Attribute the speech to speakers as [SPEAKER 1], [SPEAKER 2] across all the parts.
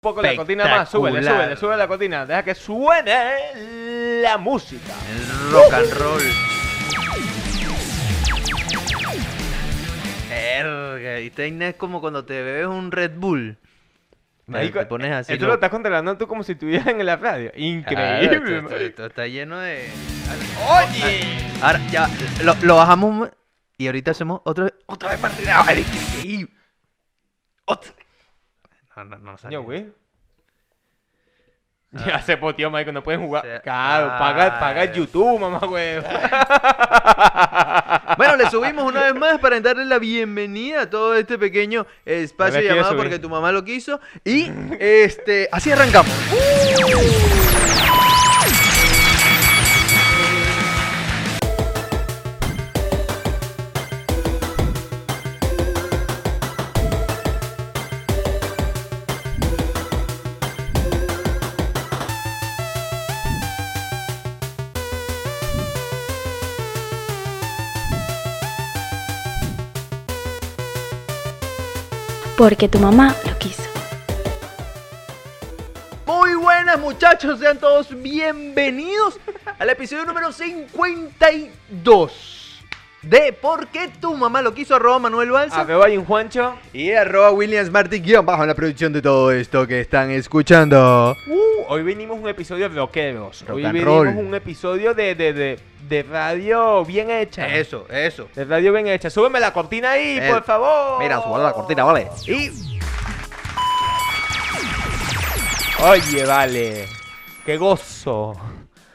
[SPEAKER 1] poco la cortina más. Súbele,
[SPEAKER 2] Espectacular.
[SPEAKER 1] súbele, súbele la cortina. Deja que suene la música.
[SPEAKER 2] El rock and roll. Verga, y Tecna es como cuando te bebes un Red Bull.
[SPEAKER 1] Marico,
[SPEAKER 2] te pones así.
[SPEAKER 1] Esto
[SPEAKER 2] loco.
[SPEAKER 1] lo estás controlando tú como si estuvieras en la radio.
[SPEAKER 2] Claro,
[SPEAKER 1] Increíble.
[SPEAKER 2] esto- esto-
[SPEAKER 1] marico.
[SPEAKER 2] esto está lleno de.
[SPEAKER 1] Oye.
[SPEAKER 2] Ahora ya lo, lo bajamos un- y ahorita hacemos otra otra vez partida. Ay, y- otra- No, no, no salió.
[SPEAKER 1] Coño, güey.
[SPEAKER 2] Ah.
[SPEAKER 1] Ya se poteó, marico, no pueden jugar.
[SPEAKER 2] Se-
[SPEAKER 1] Claro, paga,
[SPEAKER 2] Ay.
[SPEAKER 1] paga YouTube, mamá, güey.
[SPEAKER 2] Bueno, le subimos una vez más para darle la bienvenida a todo este pequeño espacio
[SPEAKER 1] Ya la quiero
[SPEAKER 2] llamado
[SPEAKER 1] subir.
[SPEAKER 2] porque tu mamá lo quiso y este así arrancamos.
[SPEAKER 3] Porque tu mamá lo quiso.
[SPEAKER 2] Muy buenas muchachos, sean todos bienvenidos al episodio número 52 de ¿Por qué tu mamá lo quiso? arroba Manuel Balsa.
[SPEAKER 1] A ver, hay un Juancho.
[SPEAKER 2] Y arroba Williams Martí guión bajo en la producción de todo esto que están escuchando.
[SPEAKER 1] Uh, hoy venimos un episodio de bloqueos.
[SPEAKER 2] Rock
[SPEAKER 1] hoy
[SPEAKER 2] and
[SPEAKER 1] venimos
[SPEAKER 2] roll.
[SPEAKER 1] un episodio de, de, de, de radio bien hecha.
[SPEAKER 2] Eso, eso.
[SPEAKER 1] De radio bien hecha. Súbeme la cortina ahí,
[SPEAKER 2] Eh,
[SPEAKER 1] por favor.
[SPEAKER 2] Mira, suba la cortina, vale. Y
[SPEAKER 1] Oye, vale. Qué gozo.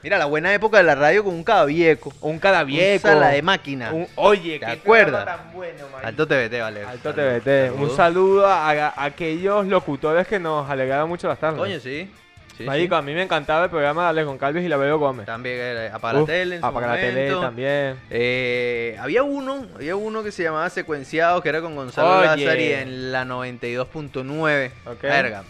[SPEAKER 2] mira, la buena época de la radio con un cabieco.
[SPEAKER 1] Un cadavieco.
[SPEAKER 2] Un sala de máquina.
[SPEAKER 1] Un- oye,
[SPEAKER 2] ¿Te
[SPEAKER 1] qué
[SPEAKER 2] acuerdas?
[SPEAKER 1] programa tan bueno, marico.
[SPEAKER 2] Alto TVT, vale.
[SPEAKER 1] Alto TVT. Un saludo a, a aquellos locutores que nos alegraron mucho las tardes.
[SPEAKER 2] Coño, sí. Sí,
[SPEAKER 1] Marico,
[SPEAKER 2] sí.
[SPEAKER 1] a mí me encantaba el programa de Alex Goncalves y la Bebo Gómez.
[SPEAKER 2] También eh, apaga la
[SPEAKER 1] Uf,
[SPEAKER 2] tele en su
[SPEAKER 1] apaga la tele
[SPEAKER 2] momento.
[SPEAKER 1] también.
[SPEAKER 2] Eh, había uno, había uno que se llamaba Secuenciado, que era con Gonzalo
[SPEAKER 1] Oye.
[SPEAKER 2] Lázaro y en la 92.9.
[SPEAKER 1] Ok.
[SPEAKER 2] Verga.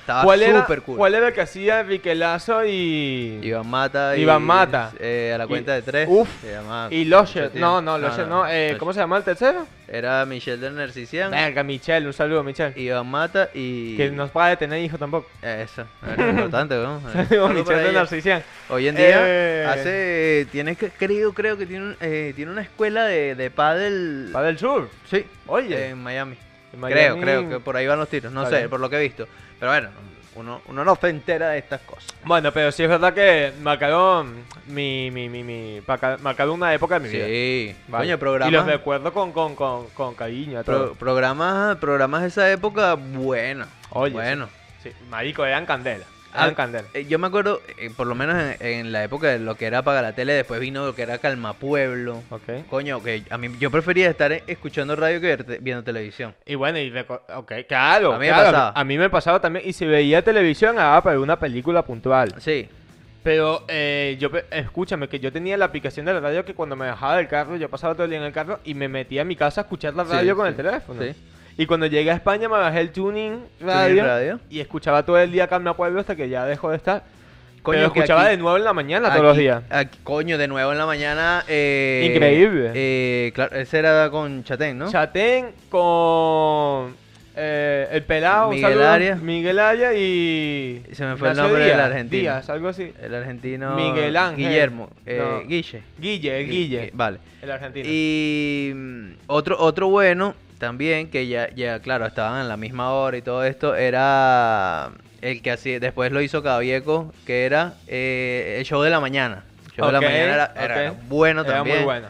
[SPEAKER 2] Estaba
[SPEAKER 1] ¿Cuál era,
[SPEAKER 2] súper cool.
[SPEAKER 1] ¿Cuál era el que hacía Riquelazo y.
[SPEAKER 2] Iván Mata. y-
[SPEAKER 1] Iván Mata.
[SPEAKER 2] eh, a la cuenta de tres.
[SPEAKER 1] Uf.
[SPEAKER 2] Se llamaba-
[SPEAKER 1] Y Losher,
[SPEAKER 2] Mucho
[SPEAKER 1] no,
[SPEAKER 2] tiempo.
[SPEAKER 1] no, Losher no. Eh,
[SPEAKER 2] Losher.
[SPEAKER 1] ¿Cómo se llama el tercero?
[SPEAKER 2] Era Michelle del Narcisian.
[SPEAKER 1] Verga, Michelle, un saludo, Michelle.
[SPEAKER 2] Iván Mata y.
[SPEAKER 1] Que nos pueda tener hijo tampoco.
[SPEAKER 2] Eh, Eso, era importante, ¿no? Eh,
[SPEAKER 1] Digo,
[SPEAKER 2] solo para
[SPEAKER 1] Michelle de
[SPEAKER 2] ella.
[SPEAKER 1] Narcisian.
[SPEAKER 2] Hoy en día
[SPEAKER 1] Eh.
[SPEAKER 2] hace. Tiene que, creo, creo que tiene, un- eh, tiene una escuela de, de pádel.
[SPEAKER 1] Para del sur.
[SPEAKER 2] Sí.
[SPEAKER 1] Oye.
[SPEAKER 2] En Miami.
[SPEAKER 1] en
[SPEAKER 2] Creo,
[SPEAKER 1] Miami.
[SPEAKER 2] creo que por ahí van los tiros. No
[SPEAKER 1] Está
[SPEAKER 2] sé,
[SPEAKER 1] bien.
[SPEAKER 2] por lo que he visto. Pero bueno, uno, uno no se entera de estas cosas.
[SPEAKER 1] Bueno, pero sí es verdad que Macarón, mi, mi, mi, mi, Paca- Macarón una época de mi vida.
[SPEAKER 2] Sí.
[SPEAKER 1] Vale.
[SPEAKER 2] Coño,
[SPEAKER 1] Y los
[SPEAKER 2] programas.
[SPEAKER 1] recuerdo con, con, con, con cariño. a
[SPEAKER 2] pro-
[SPEAKER 1] todos.
[SPEAKER 2] programas, programas de esa época, bueno.
[SPEAKER 1] Oye,
[SPEAKER 2] Bueno.
[SPEAKER 1] Sí, marico, eran candela.
[SPEAKER 2] Ah,
[SPEAKER 1] Eran candela.
[SPEAKER 2] Eh, Yo me acuerdo, eh, por lo menos en, en la época de lo que era Paga la Tele, después vino lo que era Calma Pueblo.
[SPEAKER 1] Ok.
[SPEAKER 2] Coño, que a mí yo prefería estar eh, escuchando radio que verte- viendo televisión.
[SPEAKER 1] Y bueno, y reco- ok, claro.
[SPEAKER 2] A mí me
[SPEAKER 1] claro,
[SPEAKER 2] pasaba.
[SPEAKER 1] A mí me pasaba también. Y si veía televisión, ah, para una película puntual.
[SPEAKER 2] Sí.
[SPEAKER 1] Pero eh, yo, pe- escúchame, que yo tenía la aplicación de la radio que cuando me dejaba del carro, yo pasaba todo el día en el carro y me metía a mi casa a escuchar la
[SPEAKER 2] Sí,
[SPEAKER 1] radio con
[SPEAKER 2] sí,
[SPEAKER 1] el teléfono.
[SPEAKER 2] sí.
[SPEAKER 1] Y cuando llegué a España me bajé el tuning radio,
[SPEAKER 2] Radio. radio.
[SPEAKER 1] y escuchaba todo el día Calma Pueblo hasta que ya dejó de estar.
[SPEAKER 2] Coño,
[SPEAKER 1] Pero
[SPEAKER 2] que
[SPEAKER 1] escuchaba
[SPEAKER 2] aquí-
[SPEAKER 1] de nuevo en la mañana todos los
[SPEAKER 2] aquí-
[SPEAKER 1] días.
[SPEAKER 2] aquí- coño, de nuevo en la mañana. eh,
[SPEAKER 1] Increíble.
[SPEAKER 2] eh, claro, ese era con Chatén, ¿no?
[SPEAKER 1] Chatén con eh, el pelado, un
[SPEAKER 2] Miguel
[SPEAKER 1] saludo,
[SPEAKER 2] Arias.
[SPEAKER 1] Miguel Arias y...
[SPEAKER 2] Se me fue el
[SPEAKER 1] Ignacio
[SPEAKER 2] nombre del
[SPEAKER 1] Díaz,
[SPEAKER 2] argentino.
[SPEAKER 1] Díaz, algo así.
[SPEAKER 2] El argentino.
[SPEAKER 1] Miguel Ángel.
[SPEAKER 2] Guillermo. eh,
[SPEAKER 1] No.
[SPEAKER 2] Guille.
[SPEAKER 1] Guille, el
[SPEAKER 2] Gui-
[SPEAKER 1] Guille,
[SPEAKER 2] Gui- Vale.
[SPEAKER 1] el argentino.
[SPEAKER 2] Y mm, otro, otro bueno también, que ya, ya, claro, estaban en la misma hora y todo esto, era el que así, después lo hizo Cadavieco, que era eh, el show de la mañana. El show de
[SPEAKER 1] Ok,
[SPEAKER 2] la mañana era, era- era
[SPEAKER 1] ok.
[SPEAKER 2] bueno
[SPEAKER 1] Era
[SPEAKER 2] también.
[SPEAKER 1] muy bueno.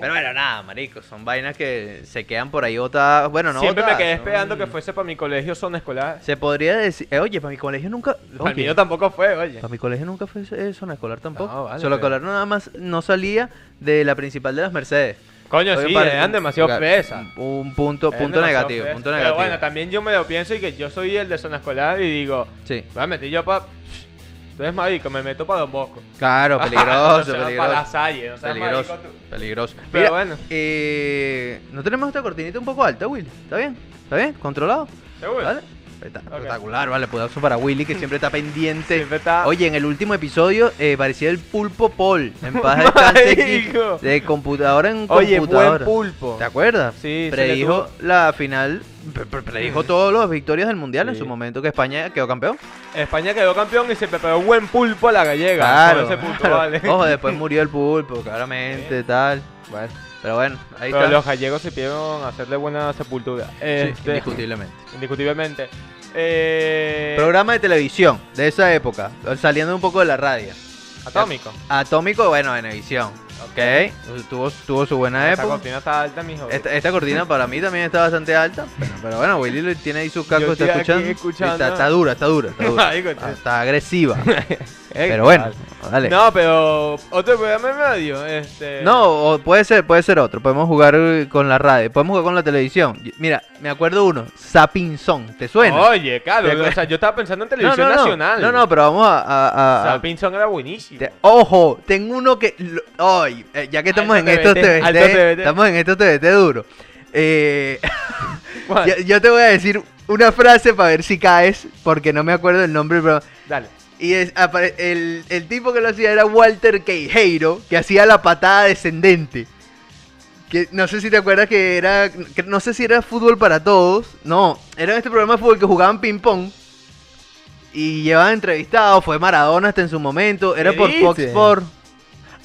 [SPEAKER 2] Pero bueno, nada, marico, son vainas que se quedan por ahí botadas. Bueno, no
[SPEAKER 1] Siempre me
[SPEAKER 2] botadas,
[SPEAKER 1] quedé
[SPEAKER 2] son-
[SPEAKER 1] esperando que fuese para mi colegio zona escolar.
[SPEAKER 2] Se podría decir, eh, oye, para mi colegio nunca...
[SPEAKER 1] Para
[SPEAKER 2] oye,
[SPEAKER 1] mí tampoco fue, oye.
[SPEAKER 2] Para mi colegio nunca fue eh, zona escolar tampoco.
[SPEAKER 1] No, Ah, vale,
[SPEAKER 2] zona
[SPEAKER 1] pero-
[SPEAKER 2] escolar nada más no salía de la principal de las Mercedes.
[SPEAKER 1] Coño,
[SPEAKER 2] Oye,
[SPEAKER 1] sí,
[SPEAKER 2] para-
[SPEAKER 1] eran demasiado
[SPEAKER 2] claro,
[SPEAKER 1] pesas.
[SPEAKER 2] un- Un punto,
[SPEAKER 1] Eran
[SPEAKER 2] punto
[SPEAKER 1] demasiado
[SPEAKER 2] negativo,
[SPEAKER 1] pesas.
[SPEAKER 2] punto
[SPEAKER 1] Pero
[SPEAKER 2] negativo.
[SPEAKER 1] bueno, también yo me lo pienso y que yo soy el de zona escolar y digo,
[SPEAKER 2] Sí.
[SPEAKER 1] me voy a meter yo para... Tú eres marico, me meto para Don Bosco. Ah,
[SPEAKER 2] Claro,
[SPEAKER 1] No
[SPEAKER 2] peligroso,
[SPEAKER 1] seas pa' la
[SPEAKER 2] peligroso.
[SPEAKER 1] Salle, no seas
[SPEAKER 2] Peligroso,
[SPEAKER 1] marico tú.
[SPEAKER 2] peligroso.
[SPEAKER 1] Pero
[SPEAKER 2] Mira,
[SPEAKER 1] bueno.
[SPEAKER 2] eh, no tenemos esta cortinita un poco alta, Will. ¿Está bien? ¿Está bien? ¿Controlado?
[SPEAKER 1] ¿Seguro?
[SPEAKER 2] ¿Vale? Espectac-
[SPEAKER 1] Pues. Ok.
[SPEAKER 2] Espectacular, vale, aplauso para Willy que siempre está pendiente.
[SPEAKER 1] Siempre está-
[SPEAKER 2] Oye, en el último episodio eh, parecía el pulpo Paul. En paz descanse aquí,
[SPEAKER 1] Marico.
[SPEAKER 2] De computadora en
[SPEAKER 1] Oye, buen
[SPEAKER 2] computadora.
[SPEAKER 1] pulpo.
[SPEAKER 2] ¿Te acuerdas?
[SPEAKER 1] Sí, se le
[SPEAKER 2] Predijo la final, pre- pre- predijo todas las victorias del mundial en
[SPEAKER 1] Sí.
[SPEAKER 2] su momento que España quedó campeón.
[SPEAKER 1] España quedó campeón y se preparó buen pulpo a la gallega. Con ese pulpo,
[SPEAKER 2] claro. Oh,
[SPEAKER 1] vale.
[SPEAKER 2] Ojo, después murió el pulpo, claramente, tal. Bueno, pero bueno, ahí
[SPEAKER 1] Pero
[SPEAKER 2] está.
[SPEAKER 1] los gallegos se pidieron hacerle buena sepultura.
[SPEAKER 2] Sí,
[SPEAKER 1] Este,
[SPEAKER 2] indiscutiblemente.
[SPEAKER 1] Indiscutiblemente. Eh,
[SPEAKER 2] Programa de televisión de esa época, saliendo un poco de la radio.
[SPEAKER 1] Atómico.
[SPEAKER 2] Eh, Atómico, bueno, Venevisión. Ok, tuvo, tuvo su buena
[SPEAKER 1] Esta
[SPEAKER 2] época.
[SPEAKER 1] cortina está alta, mijo.
[SPEAKER 2] Esta, esta cortina para mí también está bastante alta. Pero, pero bueno, Willy lo tiene ahí sus
[SPEAKER 1] Yo
[SPEAKER 2] cascos,
[SPEAKER 1] estoy
[SPEAKER 2] está
[SPEAKER 1] aquí
[SPEAKER 2] escuchando.
[SPEAKER 1] escuchando.
[SPEAKER 2] Está, está dura, está dura, está dura.
[SPEAKER 1] Marico,
[SPEAKER 2] Está,
[SPEAKER 1] te-
[SPEAKER 2] está agresiva.
[SPEAKER 1] Eh,
[SPEAKER 2] Pero bueno,
[SPEAKER 1] vale.
[SPEAKER 2] dale. No,
[SPEAKER 1] No, pero otro programa en radio. Este...
[SPEAKER 2] o puede ser, puede ser otro. Podemos jugar eh, con la radio, podemos jugar con la televisión. Yo- Mira, me acuerdo uno, Sapinzón, ¿te suena?
[SPEAKER 1] Oye, claro.
[SPEAKER 2] ¿Te acuerdas?
[SPEAKER 1] O sea, yo estaba pensando en
[SPEAKER 2] No, no,
[SPEAKER 1] televisión
[SPEAKER 2] no.
[SPEAKER 1] nacional.
[SPEAKER 2] No, no, pero vamos a- a-
[SPEAKER 1] O
[SPEAKER 2] a-
[SPEAKER 1] sea,
[SPEAKER 2] a
[SPEAKER 1] Pinzón era buenísimo.
[SPEAKER 2] Te- ojo, tengo uno que. lo- Ay, eh, ya que estamos
[SPEAKER 1] Alto
[SPEAKER 2] en estos
[SPEAKER 1] TBT,
[SPEAKER 2] TBT,
[SPEAKER 1] alto TBT.
[SPEAKER 2] estamos en estos TBT duro. Eh,
[SPEAKER 1] Bueno,
[SPEAKER 2] yo, yo te voy a decir una frase para ver si caes, porque no me acuerdo el nombre, pero.
[SPEAKER 1] Dale.
[SPEAKER 2] Y es- apare- el, el tipo que lo hacía era Walter Queijeiro, que hacía la patada descendente. Que no sé si te acuerdas que era. que no sé si era fútbol para todos. No, era este programa de fútbol que jugaban ping-pong. Y llevaban entrevistado, fue Maradona hasta en su momento, era
[SPEAKER 1] ¿Qué
[SPEAKER 2] por Fox
[SPEAKER 1] dices?
[SPEAKER 2] Sport.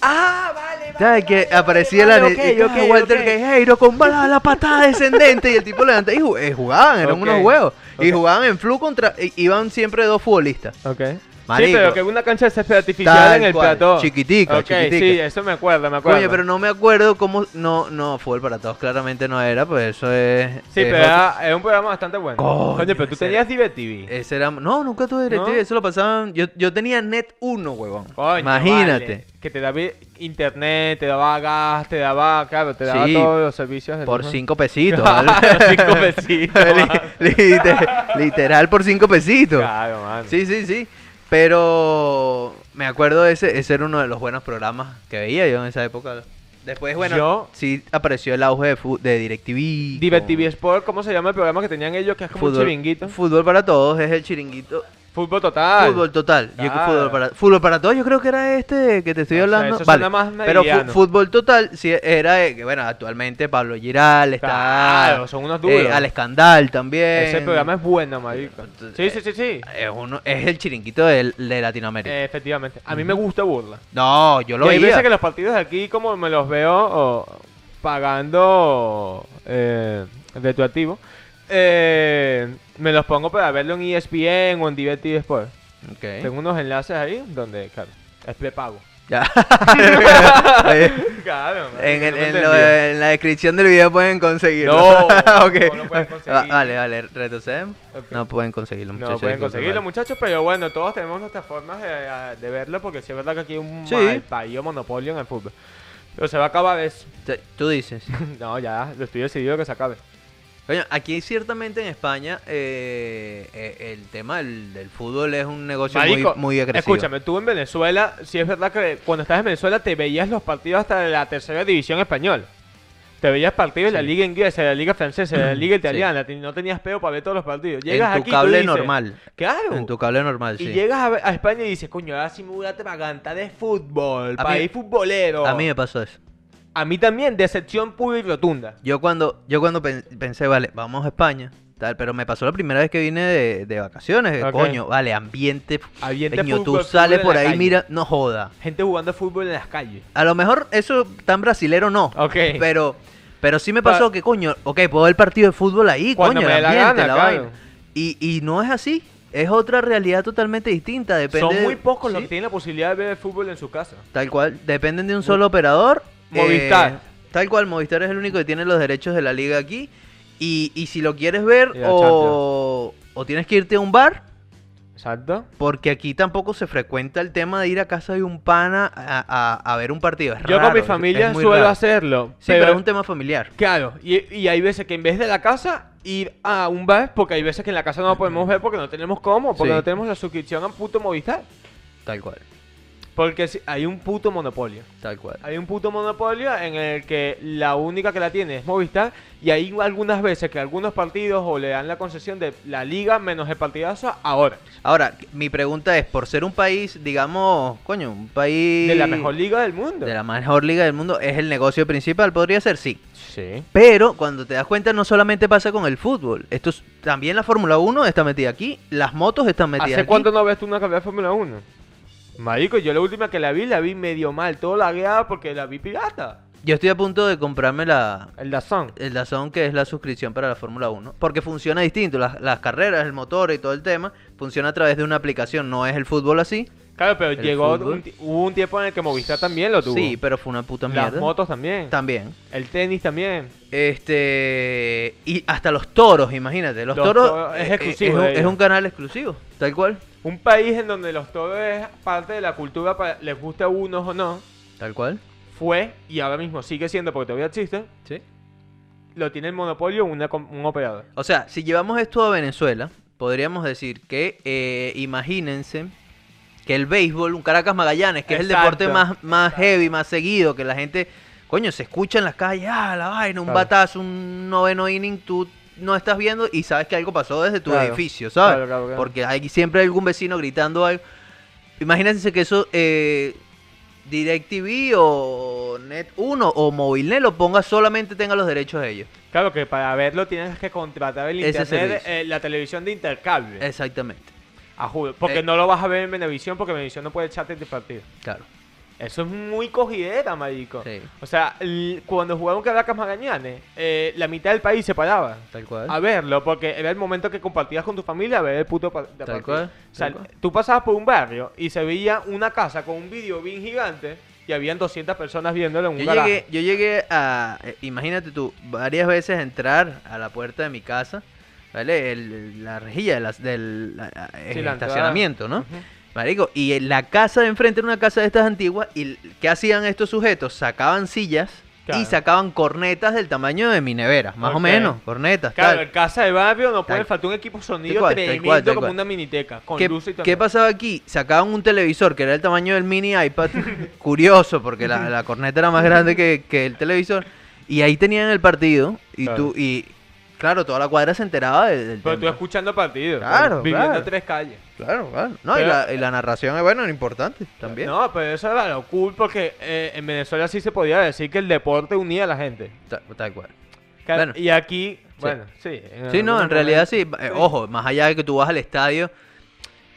[SPEAKER 1] Ah, vale,
[SPEAKER 2] ¿Sabes que aparecía la
[SPEAKER 1] vale,
[SPEAKER 2] net-
[SPEAKER 1] ok,
[SPEAKER 2] ah,
[SPEAKER 1] ok,
[SPEAKER 2] Walter
[SPEAKER 1] ok.
[SPEAKER 2] Guerreiro con bala, la patada descendente y el tipo levanta y ju- eh, jugaban, eran
[SPEAKER 1] Ok,
[SPEAKER 2] unos huevos. Y
[SPEAKER 1] ok.
[SPEAKER 2] jugaban en flu contra. i- Iban siempre dos futbolistas.
[SPEAKER 1] Ok.
[SPEAKER 2] Marico.
[SPEAKER 1] Sí, pero que una cancha de césped artificial
[SPEAKER 2] Tal
[SPEAKER 1] en el
[SPEAKER 2] cual,
[SPEAKER 1] plató.
[SPEAKER 2] chiquitica,
[SPEAKER 1] Ok,
[SPEAKER 2] chiquitica.
[SPEAKER 1] sí, eso me acuerdo, me acuerdo.
[SPEAKER 2] Coño, pero no me acuerdo cómo. No, no, fútbol para todos claramente no era, pues eso es.
[SPEAKER 1] Sí,
[SPEAKER 2] es
[SPEAKER 1] pero
[SPEAKER 2] otro-
[SPEAKER 1] era, era un programa bastante bueno.
[SPEAKER 2] Coño,
[SPEAKER 1] pero tú
[SPEAKER 2] ese
[SPEAKER 1] tenías DirecTV.
[SPEAKER 2] Ese era. No, nunca tuve DirecTV,
[SPEAKER 1] ¿No?
[SPEAKER 2] eso lo pasaban. Yo, yo tenía Net 1, huevón.
[SPEAKER 1] Coño,
[SPEAKER 2] Imagínate.
[SPEAKER 1] vale, que te daba internet, te daba gas, te daba, claro, te daba
[SPEAKER 2] Sí,
[SPEAKER 1] todos los servicios. del
[SPEAKER 2] Por
[SPEAKER 1] mundo.
[SPEAKER 2] 5 pesitos.
[SPEAKER 1] Claro,
[SPEAKER 2] ¿vale?
[SPEAKER 1] cinco pesitos,
[SPEAKER 2] Li-
[SPEAKER 1] mano.
[SPEAKER 2] liter- literal por 5 pesitos.
[SPEAKER 1] Claro, mano.
[SPEAKER 2] Sí, sí, sí. Pero me acuerdo ese, ese era uno de los buenos programas que veía yo en esa época. Después, bueno,
[SPEAKER 1] Yo-
[SPEAKER 2] sí apareció el auge de, fu- de DirecTV.
[SPEAKER 1] DirecTV Sport, ¿cómo se llama el programa que tenían ellos? Que es
[SPEAKER 2] con
[SPEAKER 1] como un chiringuito.
[SPEAKER 2] Fútbol para todos es el chiringuito.
[SPEAKER 1] Fútbol total.
[SPEAKER 2] Fútbol total. Yo creo que
[SPEAKER 1] Claro.
[SPEAKER 2] fútbol, para, fútbol para todos, yo creo que era este que te estoy
[SPEAKER 1] O sea,
[SPEAKER 2] hablando.
[SPEAKER 1] eso
[SPEAKER 2] vale.
[SPEAKER 1] suena más
[SPEAKER 2] Pero fu-
[SPEAKER 1] meridiano.
[SPEAKER 2] fútbol total, sí, era, eh, que, bueno, actualmente Pablo Giral está.
[SPEAKER 1] Claro, son unos duros.
[SPEAKER 2] eh, Al Escandal también.
[SPEAKER 1] Ese programa es bueno, marico.
[SPEAKER 2] Entonces, eh,
[SPEAKER 1] Sí, sí, sí, sí.
[SPEAKER 2] Es, uno, es el chiringuito del- de, Latinoamérica.
[SPEAKER 1] Eh, efectivamente. A mí me gusta burla.
[SPEAKER 2] no, yo lo
[SPEAKER 1] Y hay veces
[SPEAKER 2] veía.
[SPEAKER 1] que los partidos de aquí, como me los veo o, pagando eh, de tu activo, eh, me los pongo para verlo en E ESPN o en DirecTV Sport.
[SPEAKER 2] Ok.
[SPEAKER 1] Tengo unos enlaces ahí donde, claro, es prepago.
[SPEAKER 2] Ya.
[SPEAKER 1] Claro. marico,
[SPEAKER 2] en, el-
[SPEAKER 1] no me
[SPEAKER 2] en lo-
[SPEAKER 1] entendía.
[SPEAKER 2] en la descripción del video pueden conseguirlo.
[SPEAKER 1] No,
[SPEAKER 2] Ok.
[SPEAKER 1] no lo pueden conseguir.
[SPEAKER 2] Va- Vale, vale, retrocedemos.
[SPEAKER 1] Ok.
[SPEAKER 2] No pueden conseguirlo, muchachos.
[SPEAKER 1] No pueden
[SPEAKER 2] disculpen,
[SPEAKER 1] conseguirlo,
[SPEAKER 2] vale.
[SPEAKER 1] muchachos, pero bueno, todos tenemos nuestras formas de, de verlo porque sí es verdad que aquí hay un
[SPEAKER 2] Sí.
[SPEAKER 1] mal país monopolio en el fútbol. Pero se va a acabar eso.
[SPEAKER 2] Te- Tú dices.
[SPEAKER 1] no, ya, lo estoy decidido que se acabe.
[SPEAKER 2] Coño, aquí ciertamente en España eh, eh, el tema del, del fútbol es un negocio
[SPEAKER 1] Marico,
[SPEAKER 2] muy, muy agresivo.
[SPEAKER 1] Escúchame, tú en Venezuela, sí es verdad que cuando estabas en Venezuela te veías los partidos hasta de la tercera división española. Te veías partidos de la
[SPEAKER 2] Sí.
[SPEAKER 1] liga inglesa, de la liga francesa, de la liga
[SPEAKER 2] Sí.
[SPEAKER 1] italiana. te- No tenías peo para ver todos los partidos.
[SPEAKER 2] En tu
[SPEAKER 1] Llegas aquí, tú
[SPEAKER 2] cable
[SPEAKER 1] dices,
[SPEAKER 2] normal.
[SPEAKER 1] Claro.
[SPEAKER 2] En tu cable normal,
[SPEAKER 1] Y
[SPEAKER 2] sí.
[SPEAKER 1] llegas a, a España y dices, coño, ahora sí me voy a atragantar de fútbol,
[SPEAKER 2] A mí-
[SPEAKER 1] país futbolero.
[SPEAKER 2] A mí me pasó eso.
[SPEAKER 1] A mí también, decepción pura y rotunda.
[SPEAKER 2] Yo cuando, yo cuando pen- pensé, vale, vamos a España, tal, pero me pasó la primera vez que vine de, de vacaciones, que
[SPEAKER 1] Ok.
[SPEAKER 2] coño, vale, ambiente,
[SPEAKER 1] Ambiente
[SPEAKER 2] coño, tú
[SPEAKER 1] fútbol, fútbol
[SPEAKER 2] sales
[SPEAKER 1] en
[SPEAKER 2] por
[SPEAKER 1] la
[SPEAKER 2] ahí,
[SPEAKER 1] calle.
[SPEAKER 2] mira, no joda.
[SPEAKER 1] Gente jugando fútbol en las calles.
[SPEAKER 2] A lo mejor eso tan brasilero no,
[SPEAKER 1] Ok.
[SPEAKER 2] pero, pero sí me
[SPEAKER 1] Pa-
[SPEAKER 2] pasó que, coño, ok, puedo ver el partido de fútbol ahí,
[SPEAKER 1] Cuando
[SPEAKER 2] coño,
[SPEAKER 1] me dé
[SPEAKER 2] el
[SPEAKER 1] la
[SPEAKER 2] ambiente, la,
[SPEAKER 1] gana, claro.
[SPEAKER 2] vaina. Y, y no es así, es otra realidad totalmente distinta, depende...
[SPEAKER 1] Son
[SPEAKER 2] de-
[SPEAKER 1] muy pocos los
[SPEAKER 2] sí,
[SPEAKER 1] que tienen la posibilidad de ver el fútbol en su casa.
[SPEAKER 2] Tal cual, dependen de un solo operador. eh,
[SPEAKER 1] Movistar.
[SPEAKER 2] tal cual, Movistar es el único que tiene los derechos de la liga aquí. Y, y si lo quieres ver,
[SPEAKER 1] Y la
[SPEAKER 2] o, o tienes que irte a un bar,
[SPEAKER 1] Exacto.
[SPEAKER 2] porque aquí tampoco se frecuenta el tema de ir a casa de un pana a, a- a ver un partido. Es
[SPEAKER 1] Yo
[SPEAKER 2] raro,
[SPEAKER 1] con mi
[SPEAKER 2] es-
[SPEAKER 1] familia
[SPEAKER 2] es muy
[SPEAKER 1] suelo
[SPEAKER 2] raro.
[SPEAKER 1] hacerlo.
[SPEAKER 2] Sí, pero es un tema familiar.
[SPEAKER 1] Claro, y, y hay veces que en vez de la casa, ir a un bar, porque hay veces que en la casa no podemos ver porque no tenemos cómo, porque
[SPEAKER 2] Sí.
[SPEAKER 1] no tenemos la suscripción a puto Movistar.
[SPEAKER 2] Tal cual.
[SPEAKER 1] Porque si- hay un puto monopolio.
[SPEAKER 2] Tal cual.
[SPEAKER 1] Hay un puto monopolio en el que la única que la tiene es Movistar y hay algunas veces que algunos partidos o le dan la concesión de la liga menos el partidazo ahora.
[SPEAKER 2] Ahora, mi pregunta es, por ser un país, digamos, coño, un país...
[SPEAKER 1] De la mejor liga del mundo.
[SPEAKER 2] De la mejor liga del mundo, ¿es el negocio principal? Podría ser, sí.
[SPEAKER 1] Sí.
[SPEAKER 2] Pero cuando te das cuenta, no solamente pasa con el fútbol. Esto es- también la Fórmula 1 está metida aquí, las motos están metidas
[SPEAKER 1] ¿Hace
[SPEAKER 2] aquí.
[SPEAKER 1] cuánto no ves tú una carrera de Fórmula 1? Marico, yo la última que la vi, la vi medio mal, todo lagueada porque la vi pirata.
[SPEAKER 2] Yo estoy a punto de comprarme la,
[SPEAKER 1] El Dazón.
[SPEAKER 2] el Dazón, que es la suscripción para la Fórmula 1, porque funciona distinto. Las, las carreras, el motor y todo el tema, funciona a través de una aplicación, no es el fútbol así.
[SPEAKER 1] Claro, pero
[SPEAKER 2] El
[SPEAKER 1] llegó
[SPEAKER 2] fútbol.
[SPEAKER 1] un, ti- hubo un tiempo en el que Movistar también lo tuvo.
[SPEAKER 2] Sí, pero fue una puta
[SPEAKER 1] Las
[SPEAKER 2] mierda.
[SPEAKER 1] motos también.
[SPEAKER 2] También.
[SPEAKER 1] El tenis también.
[SPEAKER 2] Este. Y hasta los toros, imagínate. Los,
[SPEAKER 1] Los
[SPEAKER 2] toros.
[SPEAKER 1] toros es
[SPEAKER 2] eh,
[SPEAKER 1] exclusivo
[SPEAKER 2] un-
[SPEAKER 1] de
[SPEAKER 2] Es,
[SPEAKER 1] ellos.
[SPEAKER 2] un canal exclusivo, tal cual.
[SPEAKER 1] Un país en donde los todos es parte de la cultura, pa- les gusta a unos o no,
[SPEAKER 2] Tal cual.
[SPEAKER 1] fue y ahora mismo sigue siendo porque todavía existe,
[SPEAKER 2] Sí.
[SPEAKER 1] lo tiene el monopolio una com- un operador.
[SPEAKER 2] O sea, si llevamos esto a Venezuela, podríamos decir que. eh, imagínense. Que el béisbol, un Caracas Magallanes, que es el
[SPEAKER 1] Exacto.
[SPEAKER 2] deporte más, más heavy, más seguido, que la gente, coño, se escucha en las calles, ah, la vaina, un
[SPEAKER 1] Claro.
[SPEAKER 2] batazo, un noveno inning, tú no estás viendo y sabes que algo pasó desde tu
[SPEAKER 1] Claro.
[SPEAKER 2] edificio, ¿sabes?
[SPEAKER 1] Claro, claro, claro.
[SPEAKER 2] Porque hay siempre hay algún vecino gritando algo. Imagínense que eso eh, DirecTV o Net1 o Movilnet lo ponga solamente tenga los derechos de ellos.
[SPEAKER 1] Claro que para verlo tienes que contratar el
[SPEAKER 2] Ese
[SPEAKER 1] internet,
[SPEAKER 2] servicio.
[SPEAKER 1] eh, la televisión de intercable.
[SPEAKER 2] Exactamente,
[SPEAKER 1] A juro, porque
[SPEAKER 2] eh.
[SPEAKER 1] no lo vas a ver en Venevisión porque Venevisión no puede echarte este partido.
[SPEAKER 2] claro.
[SPEAKER 1] Eso es muy cogidera, marico.
[SPEAKER 2] Sí.
[SPEAKER 1] O sea, l- cuando jugaban Caracas Magallanes, eh, la mitad del país se paraba.
[SPEAKER 2] Tal cual.
[SPEAKER 1] a verlo, porque era el momento que compartías con tu familia a ver el puto par- de
[SPEAKER 2] Tal
[SPEAKER 1] partido.
[SPEAKER 2] cual,
[SPEAKER 1] O sea,
[SPEAKER 2] tal cual.
[SPEAKER 1] tú pasabas por un barrio y se veía una casa con un video bien gigante y habían 200 personas viéndolo en un
[SPEAKER 2] Yo
[SPEAKER 1] garaje.
[SPEAKER 2] llegué, yo llegué a, eh, imagínate tú, varias veces a entrar a la puerta de mi casa, ¿vale? El- la rejilla de las- del la- el
[SPEAKER 1] Sí, la entrada.
[SPEAKER 2] estacionamiento, ¿no?
[SPEAKER 1] Ujú.
[SPEAKER 2] Marico, y en la casa de enfrente era una casa de estas antiguas. ¿Y l- qué hacían estos sujetos? Sacaban sillas
[SPEAKER 1] Claro.
[SPEAKER 2] y sacaban cornetas del tamaño de mi nevera, más o
[SPEAKER 1] Ok.
[SPEAKER 2] menos. Cornetas,
[SPEAKER 1] Claro,
[SPEAKER 2] tal.
[SPEAKER 1] en casa de barrio no puede
[SPEAKER 2] Tal-
[SPEAKER 1] faltar un equipo sonido
[SPEAKER 2] tal cual, tal
[SPEAKER 1] tremendo
[SPEAKER 2] cual, tal
[SPEAKER 1] como
[SPEAKER 2] cual.
[SPEAKER 1] una miniteca, con
[SPEAKER 2] ¿Qué,
[SPEAKER 1] luz y todo.
[SPEAKER 2] qué pasaba aquí? Sacaban un televisor que era el tamaño del mini iPad. curioso, porque la, la corneta era más grande que, que el televisor. Y ahí tenían el partido. Y
[SPEAKER 1] Claro.
[SPEAKER 2] tú, y claro, toda la cuadra se enteraba de- del
[SPEAKER 1] Pero tú
[SPEAKER 2] tema.
[SPEAKER 1] escuchando partidos,
[SPEAKER 2] Claro,
[SPEAKER 1] viviendo
[SPEAKER 2] claro.
[SPEAKER 1] en tres calles.
[SPEAKER 2] Claro, claro. No, y,
[SPEAKER 1] Pero-
[SPEAKER 2] la, y la narración es bueno, importante también.
[SPEAKER 1] No, pero eso era lo cool porque eh, en Venezuela sí se podía decir que el deporte unía a la gente.
[SPEAKER 2] Ta- tal cual.
[SPEAKER 1] Ca-
[SPEAKER 2] Bueno.
[SPEAKER 1] Y aquí, bueno, sí. en
[SPEAKER 2] Sí, no,
[SPEAKER 1] algunos
[SPEAKER 2] en realidad
[SPEAKER 1] momentos-
[SPEAKER 2] sí. Eh, Ojo, más allá de que tú vas al estadio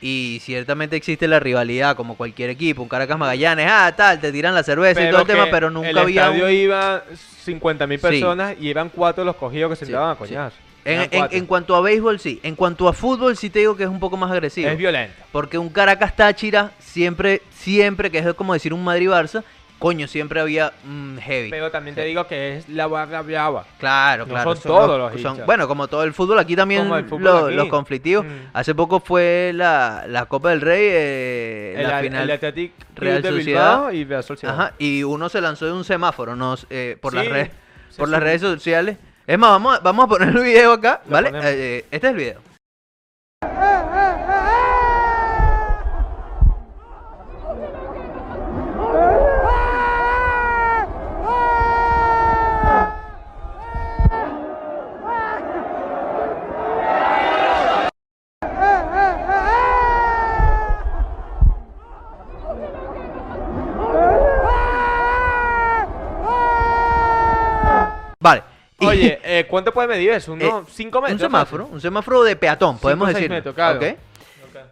[SPEAKER 2] y ciertamente existe la rivalidad, como cualquier equipo, un Caracas Magallanes, ah, tal, te tiran la cerveza y todo el
[SPEAKER 1] que
[SPEAKER 2] tema, pero nunca
[SPEAKER 1] el
[SPEAKER 2] había.
[SPEAKER 1] estadio
[SPEAKER 2] un-
[SPEAKER 1] iba 50.000
[SPEAKER 2] Sí.
[SPEAKER 1] personas y iban cuatro los cogidos que se
[SPEAKER 2] Sí,
[SPEAKER 1] daban a
[SPEAKER 2] sí.
[SPEAKER 1] coñazo.
[SPEAKER 2] En,
[SPEAKER 1] Eran
[SPEAKER 2] en-
[SPEAKER 1] cuatro.
[SPEAKER 2] en cuanto a béisbol, sí. En cuanto a fútbol, sí te digo que es un poco más agresivo.
[SPEAKER 1] es violento.
[SPEAKER 2] Porque un Caracas Táchira, siempre, siempre, que es como decir un Madrid Barça, coño, siempre había mm, heavy.
[SPEAKER 1] Pero también te
[SPEAKER 2] Sí.
[SPEAKER 1] digo que es la barra brava.
[SPEAKER 2] Claro,
[SPEAKER 1] No
[SPEAKER 2] claro.
[SPEAKER 1] son todos los
[SPEAKER 2] son-
[SPEAKER 1] hinchas.
[SPEAKER 2] bueno, como todo el fútbol, aquí también
[SPEAKER 1] Como el fútbol
[SPEAKER 2] lo-
[SPEAKER 1] aquí.
[SPEAKER 2] los conflictivos.
[SPEAKER 1] Mm.
[SPEAKER 2] Hace poco fue la, la Copa del Rey, eh,
[SPEAKER 1] El,
[SPEAKER 2] la
[SPEAKER 1] el,
[SPEAKER 2] final.
[SPEAKER 1] Athletic Club
[SPEAKER 2] Real
[SPEAKER 1] de
[SPEAKER 2] Sociedad.
[SPEAKER 1] Bilbao y Real Sociedad.
[SPEAKER 2] Ajá, y uno se lanzó de un semáforo no, eh, por, las
[SPEAKER 1] Sí,
[SPEAKER 2] redes,
[SPEAKER 1] se
[SPEAKER 2] por las
[SPEAKER 1] subió.
[SPEAKER 2] redes sociales. Es más, vamos a, vamos a poner el video acá,
[SPEAKER 1] Lo
[SPEAKER 2] ¿vale?
[SPEAKER 1] ponemos.
[SPEAKER 2] Eh, este es el video. Vale. y-
[SPEAKER 1] Oye, eh, ¿cuánto puede medir eso? ¿Unos
[SPEAKER 2] Eh,
[SPEAKER 1] 5 metros?
[SPEAKER 2] un semáforo, un semáforo de peatón, podemos
[SPEAKER 1] Cinco, seis
[SPEAKER 2] decir.
[SPEAKER 1] metros, claro.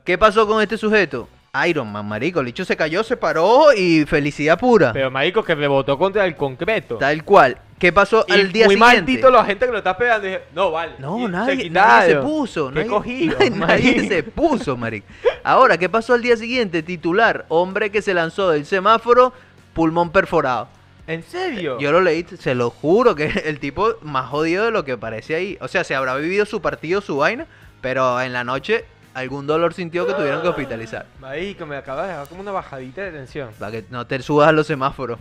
[SPEAKER 2] ¿Qué pasó con este sujeto? Iron Man, marico, el bicho se cayó, se paró y felicidad pura.
[SPEAKER 1] Pero marico, que rebotó contra el concreto.
[SPEAKER 2] Tal cual. ¿Qué pasó
[SPEAKER 1] Y
[SPEAKER 2] al día
[SPEAKER 1] muy
[SPEAKER 2] siguiente?
[SPEAKER 1] maldito la gente que lo está pegando. Dije, no, vale. Y
[SPEAKER 2] No,
[SPEAKER 1] se
[SPEAKER 2] nadie,
[SPEAKER 1] quitaron.
[SPEAKER 2] nadie se puso.
[SPEAKER 1] Qué
[SPEAKER 2] nadie,
[SPEAKER 1] cogido,
[SPEAKER 2] nadie- nadie
[SPEAKER 1] marico.
[SPEAKER 2] se puso, marico. Ahora, ¿qué pasó al día siguiente? Titular, hombre que se lanzó del semáforo, pulmón perforado.
[SPEAKER 1] ¿En serio?
[SPEAKER 2] Yo lo leí, se lo juro que el tipo más jodido de lo que parece ahí. O sea, se habrá vivido su partido, su vaina, pero en la noche algún dolor sintió que tuvieron que hospitalizar.
[SPEAKER 1] Marico, me acabas de dejar como una bajadita de tensión.
[SPEAKER 2] Para que no te subas a los semáforos,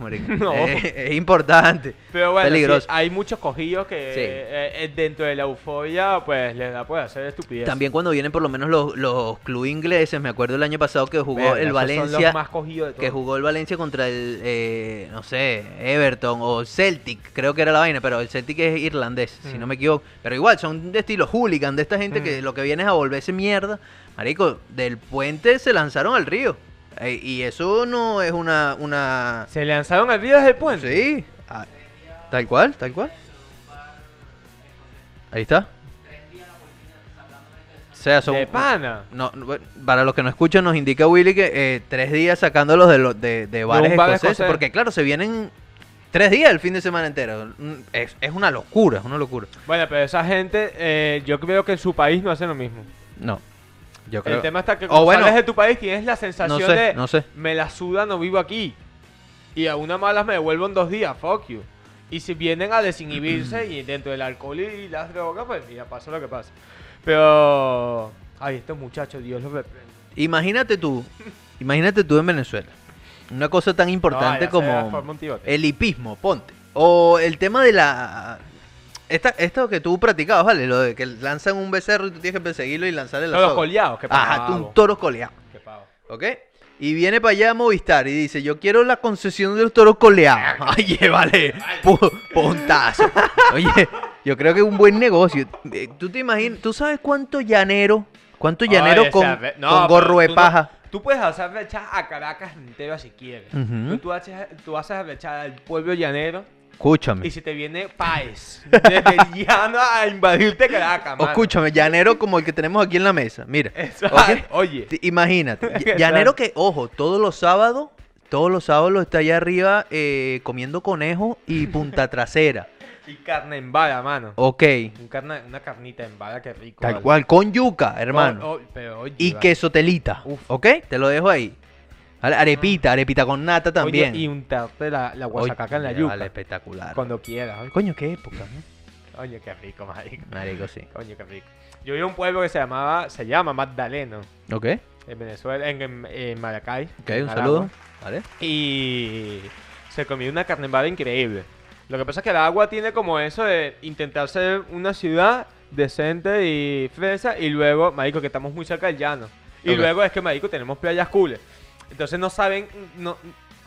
[SPEAKER 2] marico.
[SPEAKER 1] No.
[SPEAKER 2] Es, es importante.
[SPEAKER 1] Pero bueno,
[SPEAKER 2] Peligroso.
[SPEAKER 1] sí, ah, hay muchos cojillos que
[SPEAKER 2] Sí.
[SPEAKER 1] eh, eh, dentro de la euforia, pues les da por hacer estupidez.
[SPEAKER 2] También cuando vienen por lo menos los, los clubes ingleses, me acuerdo el año pasado que jugó
[SPEAKER 1] Verga,
[SPEAKER 2] el
[SPEAKER 1] esos Son
[SPEAKER 2] Valencia,
[SPEAKER 1] los más cogidos de
[SPEAKER 2] que
[SPEAKER 1] todos.
[SPEAKER 2] jugó el Valencia contra el, eh, no sé, Everton o Celtic, creo que era la vaina, pero el Celtic es irlandés, si
[SPEAKER 1] Mm.
[SPEAKER 2] no me equivoco. Pero igual, son de estilo hooligan, de esta gente que
[SPEAKER 1] Mm.
[SPEAKER 2] lo que viene es a volverse mierda. Marico, del puente se lanzaron al río. Eh, y eso no es una... una...
[SPEAKER 1] Se lanzaron al río desde el puente.
[SPEAKER 2] Sí, ah, tal cual, tal cual. Ahí está. O sea, son,
[SPEAKER 1] De pana.
[SPEAKER 2] no, no, bueno, para los que no escuchan, nos indica Willy que eh, tres días sacándolos de, lo- de, de bares
[SPEAKER 1] un bar
[SPEAKER 2] escoceses,
[SPEAKER 1] escocés.
[SPEAKER 2] Porque, claro, se vienen tres días el fin de semana entero. Mm, Es, es una locura, es una locura.
[SPEAKER 1] Bueno, pero esa gente, eh, yo creo que en su país no hacen lo mismo.
[SPEAKER 2] No, yo creo.
[SPEAKER 1] El tema está que
[SPEAKER 2] O
[SPEAKER 1] cuando
[SPEAKER 2] bueno,
[SPEAKER 1] sales de tu país tienes la sensación
[SPEAKER 2] no sé,
[SPEAKER 1] de
[SPEAKER 2] no sé.
[SPEAKER 1] me la suda, no vivo aquí. Y a una malas me devuelvo en dos días, fuck you. Y si vienen a desinhibirse y dentro del alcohol y las drogas, pues mira, pasa lo que pasa. Pero. Ay, estos muchachos, Dios los reprenda.
[SPEAKER 2] Imagínate tú, imagínate tú en Venezuela. Una cosa tan importante
[SPEAKER 1] ya se forma
[SPEAKER 2] como eh,
[SPEAKER 1] un tiroteo.
[SPEAKER 2] el hipismo, ponte. O el tema de la... Esta, esto que tú practicabas, ¿vale? Lo de que lanzan un becerro y tú tienes que perseguirlo y lanzarle la
[SPEAKER 1] Todos
[SPEAKER 2] soga.
[SPEAKER 1] coleados, qué pavo.
[SPEAKER 2] Ajá, tú un toro coleado.
[SPEAKER 1] Qué pavo.
[SPEAKER 2] ¿Ok? Y viene para allá Movistar y dice, yo quiero la concesión del toro coleado. Oye, vale, pu- puntazo. Oye, yo creo que es un buen negocio. Eh, Tú te imaginas, ¿tú sabes cuánto llanero, cuánto llanero
[SPEAKER 1] Oye,
[SPEAKER 2] con,
[SPEAKER 1] esa re- no,
[SPEAKER 2] con
[SPEAKER 1] pero
[SPEAKER 2] gorro de
[SPEAKER 1] tú no-
[SPEAKER 2] paja?
[SPEAKER 1] tú puedes hacer rechazar a Caracas entero si quieres.
[SPEAKER 2] Ujú.
[SPEAKER 1] Pero tú, haces, tú haces rechazar al pueblo llanero
[SPEAKER 2] Escúchame.
[SPEAKER 1] y si te viene Paez desde llano a invadirte Caracas,
[SPEAKER 2] O
[SPEAKER 1] mano.
[SPEAKER 2] escúchame, llanero como el que tenemos aquí en la mesa. Mira.
[SPEAKER 1] Exacto.
[SPEAKER 2] ¿ok?
[SPEAKER 1] Oye.
[SPEAKER 2] Te- Imagínate. ll-
[SPEAKER 1] Exacto.
[SPEAKER 2] Llanero que, ojo, todos los sábados, todos los sábados está allá arriba eh, comiendo conejo y punta trasera.
[SPEAKER 1] Y carne en bala, mano.
[SPEAKER 2] Ok.
[SPEAKER 1] Un carna- una carnita en bala, qué rico.
[SPEAKER 2] Tal
[SPEAKER 1] vale.
[SPEAKER 2] cual, con yuca, hermano.
[SPEAKER 1] Oh, oh, pero oye,
[SPEAKER 2] y
[SPEAKER 1] vale.
[SPEAKER 2] queso telita.
[SPEAKER 1] Uf.
[SPEAKER 2] ¿Ok? Te lo dejo ahí. Vale, Arepita, arepita con nata
[SPEAKER 1] Ah. Oye,
[SPEAKER 2] también.
[SPEAKER 1] y untarte la, la guasacaca en la
[SPEAKER 2] Oye,
[SPEAKER 1] yuca.
[SPEAKER 2] Vale, espectacular.
[SPEAKER 1] Cuando quieras. Oye,
[SPEAKER 2] Coño, qué época, ¿no?
[SPEAKER 1] Oye, qué rico, marico.
[SPEAKER 2] Marico, sí.
[SPEAKER 1] Coño, qué rico. Yo vi un pueblo que se llamaba, se llama Magdaleno,
[SPEAKER 2] Ok,
[SPEAKER 1] en Venezuela, en, en- en Maracay.
[SPEAKER 2] ok, un
[SPEAKER 1] Aragua.
[SPEAKER 2] saludo. Vale.
[SPEAKER 1] Y se comió una carne en bala increíble. Lo que pasa es que el agua tiene como eso de intentar ser una ciudad decente y fresa. Y luego, marico, que estamos muy cerca del llano. Y
[SPEAKER 2] Ok.
[SPEAKER 1] luego es que, marico, tenemos playas cool. Entonces no saben, no,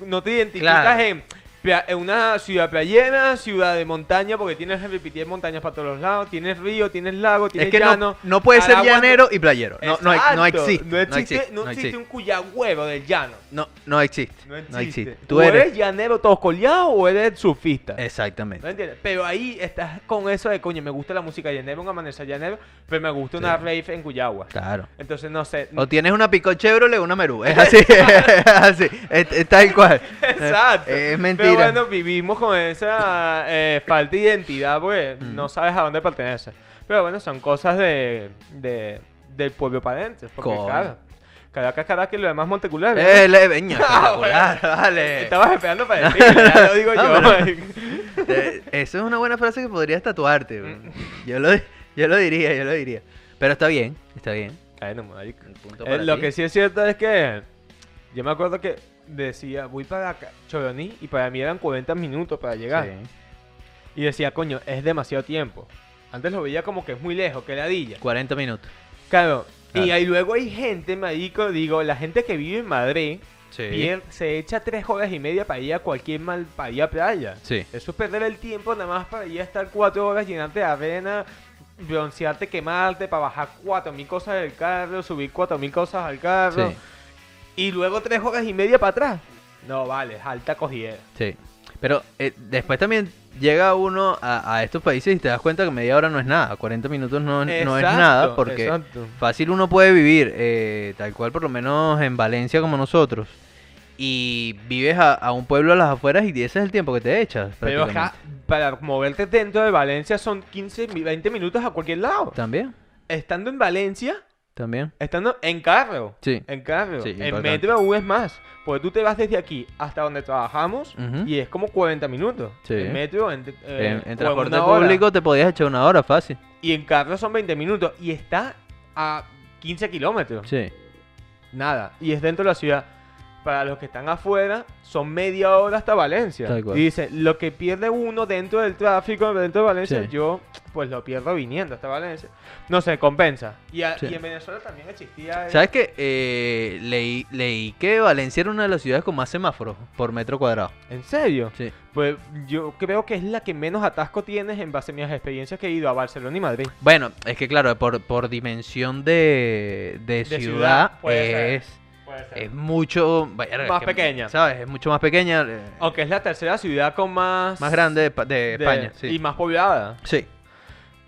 [SPEAKER 1] no te identificas
[SPEAKER 2] Claro.
[SPEAKER 1] en, pla- en una ciudad playera, ciudad de montaña, porque tienes repetir montañas para todos los lados. Tienes río, tienes lago, tienes
[SPEAKER 2] Es que
[SPEAKER 1] llano.
[SPEAKER 2] no, no puede ser
[SPEAKER 1] Aragua no-
[SPEAKER 2] llanero y playero. No, no, ex- no
[SPEAKER 1] Exacto.
[SPEAKER 2] existe.
[SPEAKER 1] No existe, no
[SPEAKER 2] no
[SPEAKER 1] existe un cuyagüevo del llano.
[SPEAKER 2] No, no existe.
[SPEAKER 1] No existe.
[SPEAKER 2] No existe.
[SPEAKER 1] Tú eres, llanero todo coleado o eres surfista.
[SPEAKER 2] Eh.
[SPEAKER 1] ¿No
[SPEAKER 2] Exactamente.
[SPEAKER 1] entiendes? Pero ahí estás con eso de coño, me gusta la música llanero, un amanecer llanero, pero me gusta una
[SPEAKER 2] Sí.
[SPEAKER 1] rave en Cuyagua.
[SPEAKER 2] Claro.
[SPEAKER 1] Entonces no sé.
[SPEAKER 2] O tienes una pico Chevrolet o una Merú. Es así. es así. Es, es tal cual.
[SPEAKER 1] Exacto.
[SPEAKER 2] Eh, Es, es
[SPEAKER 1] Pero
[SPEAKER 2] mentira.
[SPEAKER 1] bueno, vivimos con esa eh, falta de identidad porque
[SPEAKER 2] Mm.
[SPEAKER 1] no sabes a dónde perteneces. Pero bueno, son cosas de, de- del pueblo para adentro. Porque
[SPEAKER 2] Coño.
[SPEAKER 1] claro, Caracas, Caracas y lo demás Montecular. ¿no?
[SPEAKER 2] Eh, le- veña,
[SPEAKER 1] Ah,
[SPEAKER 2] espectacular, vale.
[SPEAKER 1] Estabas esperando para decirlo, ya lo digo
[SPEAKER 2] No,
[SPEAKER 1] yo.
[SPEAKER 2] pero- Eh, Eso es una buena frase que podrías tatuarte. bro.
[SPEAKER 1] Mm.
[SPEAKER 2] Yo lo, yo lo diría, yo lo diría. Pero está bien, está bien.
[SPEAKER 1] Bueno, marico.
[SPEAKER 2] Un punto
[SPEAKER 1] Eh,
[SPEAKER 2] para
[SPEAKER 1] lo
[SPEAKER 2] ti.
[SPEAKER 1] que sí es cierto es que yo me acuerdo que decía, voy para Ca- Choroní y para mí eran 40 minutos para llegar. Y decía, coño, es demasiado tiempo. Antes lo veía como que es muy lejos, que ladilla.
[SPEAKER 2] 40 minutos.
[SPEAKER 1] Claro. Y
[SPEAKER 2] Claro.
[SPEAKER 1] ahí luego hay gente, marico, digo, la gente que vive en Madrid
[SPEAKER 2] Sí.
[SPEAKER 1] pier- se echa tres horas y media para ir a cualquier mal para ir a playa.
[SPEAKER 2] Sí.
[SPEAKER 1] Eso es perder el tiempo nada más para ir a estar cuatro horas llenarte de arena, broncearte, quemarte, para bajar cuatro mil cosas del carro, subir cuatro mil cosas al carro.
[SPEAKER 2] Sí.
[SPEAKER 1] Y luego tres horas y media para atrás. No, vale, es alta cogida.
[SPEAKER 2] Sí. Pero eh, después también llega uno a, a estos países y te das cuenta que media hora no es nada. 40 minutos no, no es nada porque
[SPEAKER 1] exacto.
[SPEAKER 2] fácil uno puede vivir eh, tal cual, por lo menos en Valencia como nosotros. Y vives a, a un pueblo a las afueras y ese es el tiempo que te echas.
[SPEAKER 1] Pero acá,
[SPEAKER 2] prácticamente.
[SPEAKER 1] para moverte dentro de Valencia son 15, mi- 20 minutos a cualquier lado.
[SPEAKER 2] También,
[SPEAKER 1] Estando en Valencia,
[SPEAKER 2] también.
[SPEAKER 1] estando en carro.
[SPEAKER 2] Sí.
[SPEAKER 1] En carro.
[SPEAKER 2] Sí,
[SPEAKER 1] en
[SPEAKER 2] importante.
[SPEAKER 1] metro aún es más. Porque tú te vas desde aquí hasta donde trabajamos
[SPEAKER 2] Ujú.
[SPEAKER 1] y es como 40 minutos.
[SPEAKER 2] Sí.
[SPEAKER 1] En metro, en, eh,
[SPEAKER 2] En- en,
[SPEAKER 1] o
[SPEAKER 2] transporte
[SPEAKER 1] una hora.
[SPEAKER 2] público te podías echar una hora fácil.
[SPEAKER 1] Y en carro son 20 minutos. Y está a 15 kilómetros.
[SPEAKER 2] Sí.
[SPEAKER 1] Nada. Y es dentro de la ciudad. Para los que están afuera, son media hora hasta Valencia.
[SPEAKER 2] Tal cual.
[SPEAKER 1] Y dice, lo que pierde uno dentro del tráfico, dentro de Valencia,
[SPEAKER 2] Sí.
[SPEAKER 1] yo pues lo pierdo viniendo hasta Valencia. No sé, compensa. Y, a-
[SPEAKER 2] Sí.
[SPEAKER 1] y en Venezuela también existía...
[SPEAKER 2] ¿Sabes qué? Eh, leí, leí que Valencia era una de las ciudades con más semáforos por metro cuadrado.
[SPEAKER 1] ¿En serio?
[SPEAKER 2] Sí.
[SPEAKER 1] Pues yo creo que es la que menos atasco tienes en base a mis experiencias que he ido a Barcelona y Madrid.
[SPEAKER 2] Bueno, es que claro, por, por dimensión de, de ciudad,
[SPEAKER 1] ciudad, puede ser.
[SPEAKER 2] es, es mucho verga,
[SPEAKER 1] Más
[SPEAKER 2] que-
[SPEAKER 1] pequeña.
[SPEAKER 2] ¿Sabes? Es mucho más pequeña. eh,
[SPEAKER 1] Aunque es la tercera ciudad con más...
[SPEAKER 2] Más grande de, pa- de
[SPEAKER 1] de-
[SPEAKER 2] España. Sí.
[SPEAKER 1] Y más poblada.
[SPEAKER 2] sí.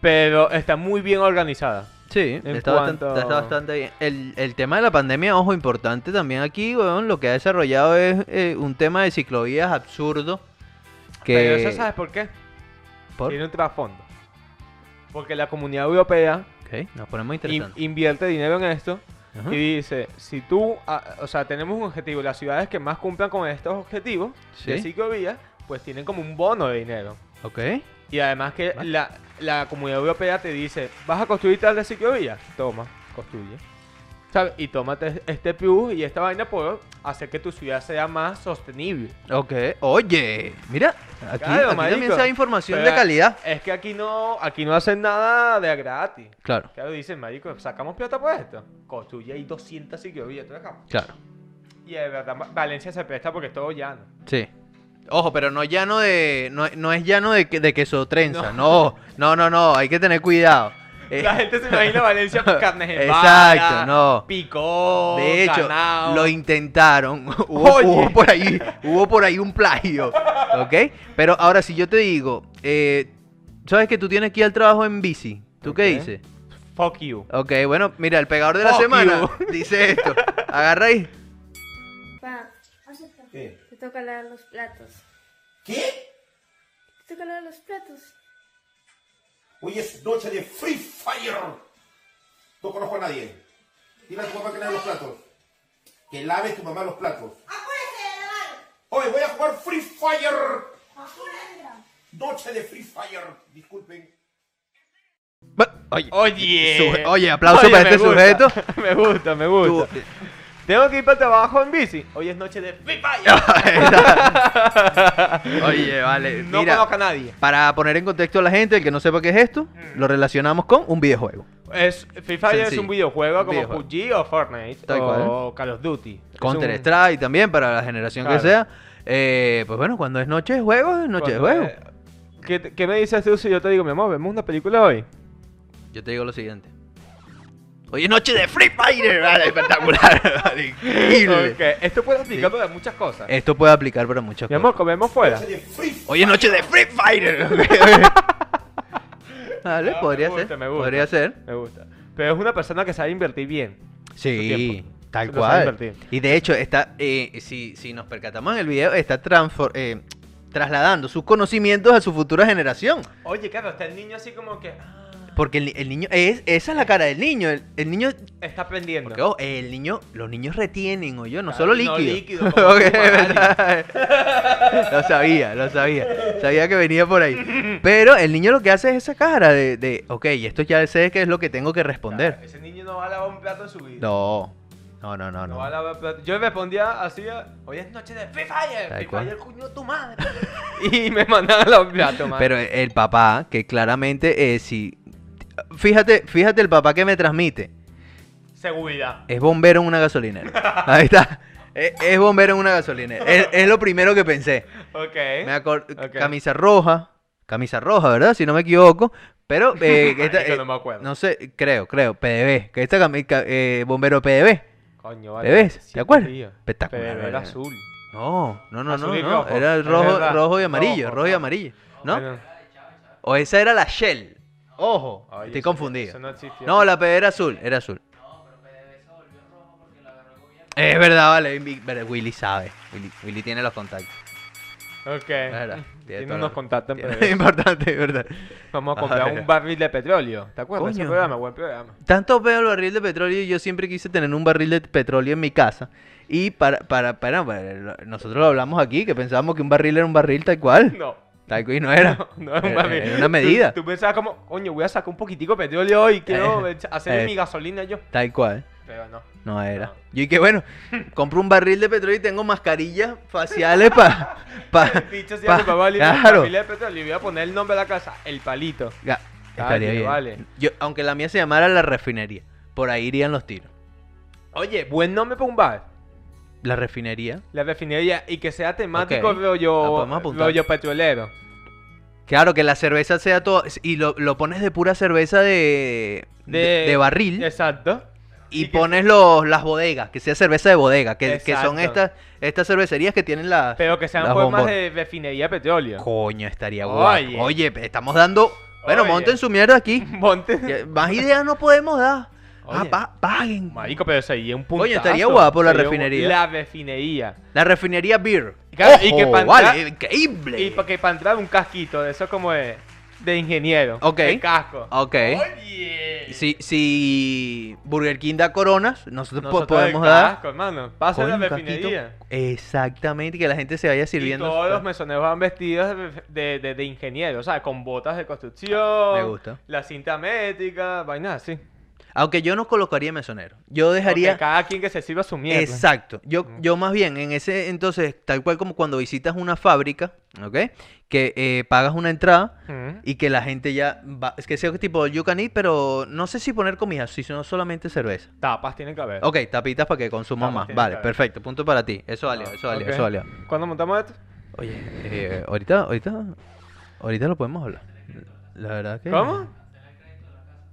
[SPEAKER 1] Pero está muy bien organizada.
[SPEAKER 2] Sí,
[SPEAKER 1] En
[SPEAKER 2] está, bastante,
[SPEAKER 1] cuanto-
[SPEAKER 2] está bastante bien. El, el tema de la pandemia, ojo, importante también aquí, weón, lo que ha desarrollado es eh, un tema de ciclovías absurdo. Que...
[SPEAKER 1] Pero eso sabes por qué.
[SPEAKER 2] ¿Por?
[SPEAKER 1] Tiene un trasfondo. Porque la comunidad europea
[SPEAKER 2] Ok, nos ponemos
[SPEAKER 1] in-
[SPEAKER 2] interesantes.
[SPEAKER 1] invierte dinero en esto
[SPEAKER 2] Ajá.
[SPEAKER 1] y dice, si tú, ah, o sea, tenemos un objetivo, las ciudades que más cumplan con estos objetivos de
[SPEAKER 2] Sí.
[SPEAKER 1] ciclovías, pues tienen como un bono de dinero.
[SPEAKER 2] Ok,
[SPEAKER 1] Y además que
[SPEAKER 2] Vale.
[SPEAKER 1] la, la comunidad europea te dice, ¿vas a construir tal de ciclovía? Toma, construye. ¿Sabes? Y tómate este plus y esta vaina por hacer que tu ciudad sea más sostenible.
[SPEAKER 2] ok. Oye, mira, aquí,
[SPEAKER 1] Claro,
[SPEAKER 2] aquí también
[SPEAKER 1] marico.
[SPEAKER 2] se da información
[SPEAKER 1] Pero,
[SPEAKER 2] de calidad.
[SPEAKER 1] Es que aquí no, aquí no hacen nada de a gratis.
[SPEAKER 2] Claro,
[SPEAKER 1] Claro, dicen, marico, sacamos plata por esto. Construye ahí 200 ciclovías, tú acá.
[SPEAKER 2] claro.
[SPEAKER 1] Y de verdad, Va- Valencia se presta porque es todo llano.
[SPEAKER 2] Sí. Ojo, pero no llano de. No, no es llano de, que- de queso trenza. No. no, no, no, hay que tener cuidado. Eh,
[SPEAKER 1] La gente se imagina Valencia por carnes en
[SPEAKER 2] Exacto,
[SPEAKER 1] vara,
[SPEAKER 2] no.
[SPEAKER 1] Picón,
[SPEAKER 2] De hecho,
[SPEAKER 1] ganado.
[SPEAKER 2] lo intentaron. hubo,
[SPEAKER 1] Oye.
[SPEAKER 2] hubo por ahí, hubo por ahí un plagio. ¿Ok? Pero ahora, si yo te digo, eh, ¿sabes que tú tienes que ir al trabajo en bici? ¿Tú
[SPEAKER 1] Ok.
[SPEAKER 2] qué dices?
[SPEAKER 1] Fuck you.
[SPEAKER 2] Ok, bueno, mira, el pegador de la
[SPEAKER 1] Fuck
[SPEAKER 2] semana dice esto. Agarra ahí.
[SPEAKER 4] Pa,
[SPEAKER 5] ¿Qué?
[SPEAKER 4] te toca lavar los platos.
[SPEAKER 5] ¿Qué?
[SPEAKER 4] Te toca lavar los platos.
[SPEAKER 5] Hoy es noche de Free Fire. No conozco a nadie. Dile a tu mamá que lave los platos. Que lave tu mamá los platos. Hoy voy a jugar Free Fire. Noche de Free Fire. Disculpen.
[SPEAKER 2] Va- Oye,
[SPEAKER 1] Oye.
[SPEAKER 2] Suje- oye, aplauso para
[SPEAKER 1] me
[SPEAKER 2] este
[SPEAKER 1] gusta.
[SPEAKER 2] sujeto.
[SPEAKER 1] me gusta, me
[SPEAKER 2] tú-
[SPEAKER 1] gusta. Tengo que ir para el trabajo en bici. Hoy es noche de Free
[SPEAKER 2] Ah,
[SPEAKER 1] Fire.
[SPEAKER 2] Oye, vale.
[SPEAKER 1] No
[SPEAKER 2] mira,
[SPEAKER 1] conozco a nadie.
[SPEAKER 2] para poner en contexto a la gente, el que no sepa qué es esto,
[SPEAKER 1] Mm.
[SPEAKER 2] lo relacionamos con un videojuego.
[SPEAKER 1] Es, Free Fire es
[SPEAKER 2] Sencillo.
[SPEAKER 1] un videojuego como
[SPEAKER 2] Videojuego.
[SPEAKER 1] PUBG o Fortnite
[SPEAKER 2] Tal
[SPEAKER 1] o Call of Duty. Es
[SPEAKER 2] Counter
[SPEAKER 1] un-
[SPEAKER 2] Strike también, para la generación que
[SPEAKER 1] Claro.
[SPEAKER 2] sea. Eh, pues bueno, cuando es noche de juego, es noche de
[SPEAKER 1] Cuando-
[SPEAKER 2] juego.
[SPEAKER 1] ¿Qué, te- qué me dices tú si yo te digo, mi amor, vemos una película hoy?
[SPEAKER 2] Yo te digo lo siguiente. Hoy es noche de Free Fire, vale, espectacular, vale, increíble. Eh,
[SPEAKER 1] Ok, Esto puede aplicarlo de muchas cosas.
[SPEAKER 2] Esto puede aplicar para muchas
[SPEAKER 1] mi
[SPEAKER 2] cosas.
[SPEAKER 1] amor, comemos fuera.
[SPEAKER 5] Noche de Free Fire.
[SPEAKER 2] Hoy es noche de Free Fire. vale,
[SPEAKER 1] No, me
[SPEAKER 2] podría
[SPEAKER 1] gusta,
[SPEAKER 2] ser.
[SPEAKER 1] me gusta.
[SPEAKER 2] Podría ser.
[SPEAKER 1] Me gusta. Pero es una persona que sabe invertir bien. su
[SPEAKER 2] Sí,
[SPEAKER 1] tiempo.
[SPEAKER 2] tal
[SPEAKER 1] Lo sabe
[SPEAKER 2] cual.
[SPEAKER 1] invertir.
[SPEAKER 2] Y de hecho, está, eh, si, si nos percatamos en el video, está transfor- eh, trasladando sus conocimientos a su futura generación.
[SPEAKER 1] Oye, claro, está el niño así como que ah,
[SPEAKER 2] Porque el, ni- el niño, es, esa es la cara del niño. El, el niño,
[SPEAKER 1] está aprendiendo.
[SPEAKER 2] porque, ojo, el niño, los niños retienen, o yo, no
[SPEAKER 1] Claro,
[SPEAKER 2] solo
[SPEAKER 1] no
[SPEAKER 2] líquido.
[SPEAKER 1] líquido, como
[SPEAKER 2] Ok,
[SPEAKER 1] tú, Magali.
[SPEAKER 2] ¿verdad? lo sabía, lo sabía. Sabía que venía por ahí. Pero el niño lo que hace es esa cara de, de ok, esto ya sé qué es lo que tengo que
[SPEAKER 1] Claro,
[SPEAKER 2] responder.
[SPEAKER 1] ese niño no va a lavar un plato en su vida.
[SPEAKER 2] No, no, no, no.
[SPEAKER 1] No
[SPEAKER 2] no.
[SPEAKER 1] va a lavar plato. Yo respondía así, a, hoy es noche de Free Fire,
[SPEAKER 2] Tal
[SPEAKER 1] Free
[SPEAKER 2] cual.
[SPEAKER 1] Fire coño de tu madre. y me mandaban los platos, man.
[SPEAKER 2] Pero el papá, que claramente eh, si... Fíjate, fíjate el papá que me transmite.
[SPEAKER 1] Seguridad.
[SPEAKER 2] Es bombero en una gasolinera. Ahí está. Es, es bombero en una gasolinera. Es, es lo primero que pensé.
[SPEAKER 1] Ok.
[SPEAKER 2] Me acor-
[SPEAKER 1] ¿Eh?
[SPEAKER 2] eh,
[SPEAKER 1] Ok.
[SPEAKER 2] Camisa roja. Camisa roja, ¿verdad? Si no me equivoco. Pero... eh, que esta-
[SPEAKER 1] Marico,
[SPEAKER 2] eh,
[SPEAKER 1] no me acuerdo.
[SPEAKER 2] no sé, creo, creo. PDB. Que esta camisa... eh, bombero PDB.
[SPEAKER 1] Coño,
[SPEAKER 2] ¿Te ves? ¿Te
[SPEAKER 1] Siempre
[SPEAKER 2] acuerdas?
[SPEAKER 1] río.
[SPEAKER 2] Espectacular,
[SPEAKER 1] Pero
[SPEAKER 2] ¿verdad?
[SPEAKER 1] era azul.
[SPEAKER 2] No, no, no, no.
[SPEAKER 1] Azul y
[SPEAKER 2] no.
[SPEAKER 1] rojo.
[SPEAKER 2] Era el
[SPEAKER 1] Es
[SPEAKER 2] rojo,
[SPEAKER 1] verdad.
[SPEAKER 2] rojo y amarillo.
[SPEAKER 1] Rojo,
[SPEAKER 2] Rojo y
[SPEAKER 1] rojo.
[SPEAKER 2] amarillo. ¿No?
[SPEAKER 1] Bueno,
[SPEAKER 2] O esa era la Shell. Ojo,
[SPEAKER 1] Oye,
[SPEAKER 2] estoy
[SPEAKER 1] eso no-
[SPEAKER 2] confundido.
[SPEAKER 1] eso no existió.
[SPEAKER 2] No, la PB era azul, era azul. Es verdad, vale. vi- pero Willy sabe. Willy, Willy tiene los contactos.
[SPEAKER 1] ok.
[SPEAKER 2] Es verdad.
[SPEAKER 1] Eh, Tiene
[SPEAKER 2] toda
[SPEAKER 1] unos
[SPEAKER 2] la-
[SPEAKER 1] contactos en
[SPEAKER 2] tiene-
[SPEAKER 1] PDVSA.
[SPEAKER 2] importante, es verdad.
[SPEAKER 1] Vamos a
[SPEAKER 2] A
[SPEAKER 1] comprar
[SPEAKER 2] ver.
[SPEAKER 1] un barril de petróleo. ¿Te acuerdas? de Ese
[SPEAKER 2] Coño.
[SPEAKER 1] programa, buen programa.
[SPEAKER 2] Tanto veo el barril de petróleo y yo siempre quise tener un barril de petróleo en mi casa. Y para, para, para, para- nosotros lo hablamos aquí, que pensábamos que un barril era un barril tal cual.
[SPEAKER 1] No.
[SPEAKER 2] Tal cual no era.
[SPEAKER 1] No, es
[SPEAKER 2] Era- era una medida.
[SPEAKER 1] Tú, tú pensabas como, coño, voy a sacar un poquitico de petróleo hoy, quiero
[SPEAKER 2] Eh,
[SPEAKER 1] echa- hacer
[SPEAKER 2] eh.
[SPEAKER 1] mi gasolina yo.
[SPEAKER 2] Tal cual.
[SPEAKER 1] Pero no.
[SPEAKER 2] No era.
[SPEAKER 1] No.
[SPEAKER 2] Yo y que bueno, compro un barril de petróleo y tengo mascarillas faciales para... Pa,
[SPEAKER 1] El bicho se
[SPEAKER 2] pa-
[SPEAKER 1] llama papá Lima,
[SPEAKER 2] claro.
[SPEAKER 1] familia de petróleo, y voy a poner el nombre de la casa, El Palito.
[SPEAKER 2] Ya,
[SPEAKER 1] Calle,
[SPEAKER 2] estaría bien.
[SPEAKER 1] vale.
[SPEAKER 2] Yo, aunque la mía se llamara La Refinería. Por ahí irían los tiros.
[SPEAKER 1] Oye, buen nombre para un bar.
[SPEAKER 2] La Refinería.
[SPEAKER 1] La refinería y que sea temático
[SPEAKER 2] Ok. La podemos
[SPEAKER 1] rollo,
[SPEAKER 2] apuntar.
[SPEAKER 1] rollo petrolero.
[SPEAKER 2] Claro, que la cerveza sea todo... Y lo, lo pones de pura cerveza de... De, de barril.
[SPEAKER 1] Exacto.
[SPEAKER 2] y
[SPEAKER 1] y que-
[SPEAKER 2] pones los, las bodegas, que sea cerveza de bodega, que, que son
[SPEAKER 1] Exacto.
[SPEAKER 2] estas estas cervecerías que tienen las...
[SPEAKER 1] Pero que sean
[SPEAKER 2] las
[SPEAKER 1] formas
[SPEAKER 2] bombonas.
[SPEAKER 1] de refinería de petróleo.
[SPEAKER 2] Coño, estaría
[SPEAKER 1] Oye.
[SPEAKER 2] guay. Oye, pe- estamos dando... Bueno,
[SPEAKER 1] Oye.
[SPEAKER 2] monten su mierda aquí.
[SPEAKER 1] Monte.
[SPEAKER 2] Ya, Más ideas no podemos dar. Ah,
[SPEAKER 1] Oye.
[SPEAKER 2] pa- paguen.
[SPEAKER 1] Marico, pero sería un puntazo.
[SPEAKER 2] Coño, estaría guapo la
[SPEAKER 1] Sería un-
[SPEAKER 2] refinería.
[SPEAKER 1] La refinería.
[SPEAKER 2] La refinería Beer.
[SPEAKER 1] Claro, y que pa'
[SPEAKER 2] vale,
[SPEAKER 1] entrar-
[SPEAKER 2] increíble.
[SPEAKER 1] Y para que para entrar un casquito de eso como de, de ingeniero.
[SPEAKER 2] Ok.
[SPEAKER 1] De casco.
[SPEAKER 2] Ok.
[SPEAKER 1] Oye.
[SPEAKER 2] Si, si Burger King da coronas, nosotros, po-
[SPEAKER 1] Nosotros
[SPEAKER 2] pues, podemos
[SPEAKER 1] de
[SPEAKER 2] dar...
[SPEAKER 1] casco, hermano. Pasa
[SPEAKER 2] Coño,
[SPEAKER 1] la
[SPEAKER 2] un casquito.
[SPEAKER 1] refinería.
[SPEAKER 2] Exactamente, que la gente se vaya
[SPEAKER 1] Y
[SPEAKER 2] sirviendo.
[SPEAKER 1] todos
[SPEAKER 2] su-
[SPEAKER 1] los mesoneros van vestidos de, de, de, de ingeniero, ¿sabes? Con botas de construcción.
[SPEAKER 2] Me gusta.
[SPEAKER 1] La cinta métrica, vainas así.
[SPEAKER 2] Aunque yo no colocaría mesonero. Yo dejaría...
[SPEAKER 1] Porque cada quien que se sirva su mierda. Mm.
[SPEAKER 2] Exacto. Yo, yo más bien, en ese entonces, tal cual como cuando visitas una fábrica, ¿ok? Que eh, pagas una entrada
[SPEAKER 1] Mm.
[SPEAKER 2] y que la gente ya va... Es que sea tipo you can eat, pero no sé si poner comida, sino solamente cerveza.
[SPEAKER 1] Tapas tienen que haber.
[SPEAKER 2] Ok, tapitas para que consumas
[SPEAKER 1] Tapas
[SPEAKER 2] más.
[SPEAKER 1] tiene que
[SPEAKER 2] Vale,
[SPEAKER 1] haber.
[SPEAKER 2] perfecto. Punto para ti. Eso valió,
[SPEAKER 1] Ah,
[SPEAKER 2] eso valió,
[SPEAKER 1] ok.
[SPEAKER 2] eso valió.
[SPEAKER 1] ¿Cuándo montamos esto?
[SPEAKER 2] Oye, eh, ahorita, ahorita, ahorita lo podemos hablar. La verdad que...
[SPEAKER 1] ¿Cómo?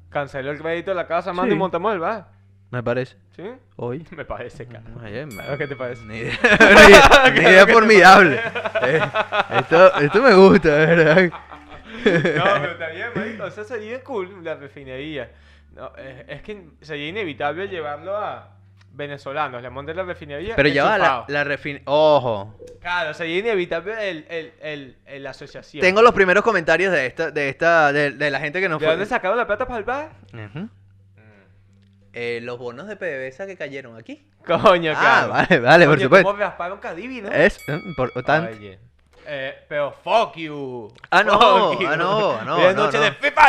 [SPEAKER 1] Canceló el crédito de la casa, mando
[SPEAKER 2] Sí.
[SPEAKER 1] y montamos el bar.
[SPEAKER 2] Me parece.
[SPEAKER 1] ¿Sí?
[SPEAKER 2] Hoy.
[SPEAKER 1] Me parece, cara.
[SPEAKER 2] Oye, me-
[SPEAKER 1] ¿Qué te parece?
[SPEAKER 2] Ni idea, ni idea- ni
[SPEAKER 1] Claro
[SPEAKER 2] idea
[SPEAKER 1] que te
[SPEAKER 2] formidable. Eh, esto, esto me gusta, de verdad.
[SPEAKER 1] No, pero está bien, marico. Eso sería cool, la refinería. No, eh, es, que sería inevitable llevarlo a venezolanos. Le monten la refinería.
[SPEAKER 2] Pero ya va, la,
[SPEAKER 1] enchufado.
[SPEAKER 2] la refin... Ojo.
[SPEAKER 1] Claro, sería inevitable el, el, el, el- la asociación.
[SPEAKER 2] Tengo los primeros comentarios de esta, de esta, de, de la gente que nos
[SPEAKER 1] ¿De
[SPEAKER 2] fue-
[SPEAKER 1] dónde sacaron la plata para el bar?
[SPEAKER 2] Ujú. Eh, los bonos de PDVSA que cayeron aquí.
[SPEAKER 1] Coño,
[SPEAKER 2] Ah,
[SPEAKER 1] claro.
[SPEAKER 2] vale, vale, por
[SPEAKER 1] Coño,
[SPEAKER 2] supuesto.
[SPEAKER 1] ¿Cómo rasparon Cadivi, no?
[SPEAKER 2] Es eh, por tanto.
[SPEAKER 1] Oye. Eh, pero fuck you.
[SPEAKER 2] Ah, no,
[SPEAKER 1] Fuck
[SPEAKER 2] ah, no, no,
[SPEAKER 1] Es
[SPEAKER 2] no,
[SPEAKER 1] noche
[SPEAKER 2] no.
[SPEAKER 1] de Free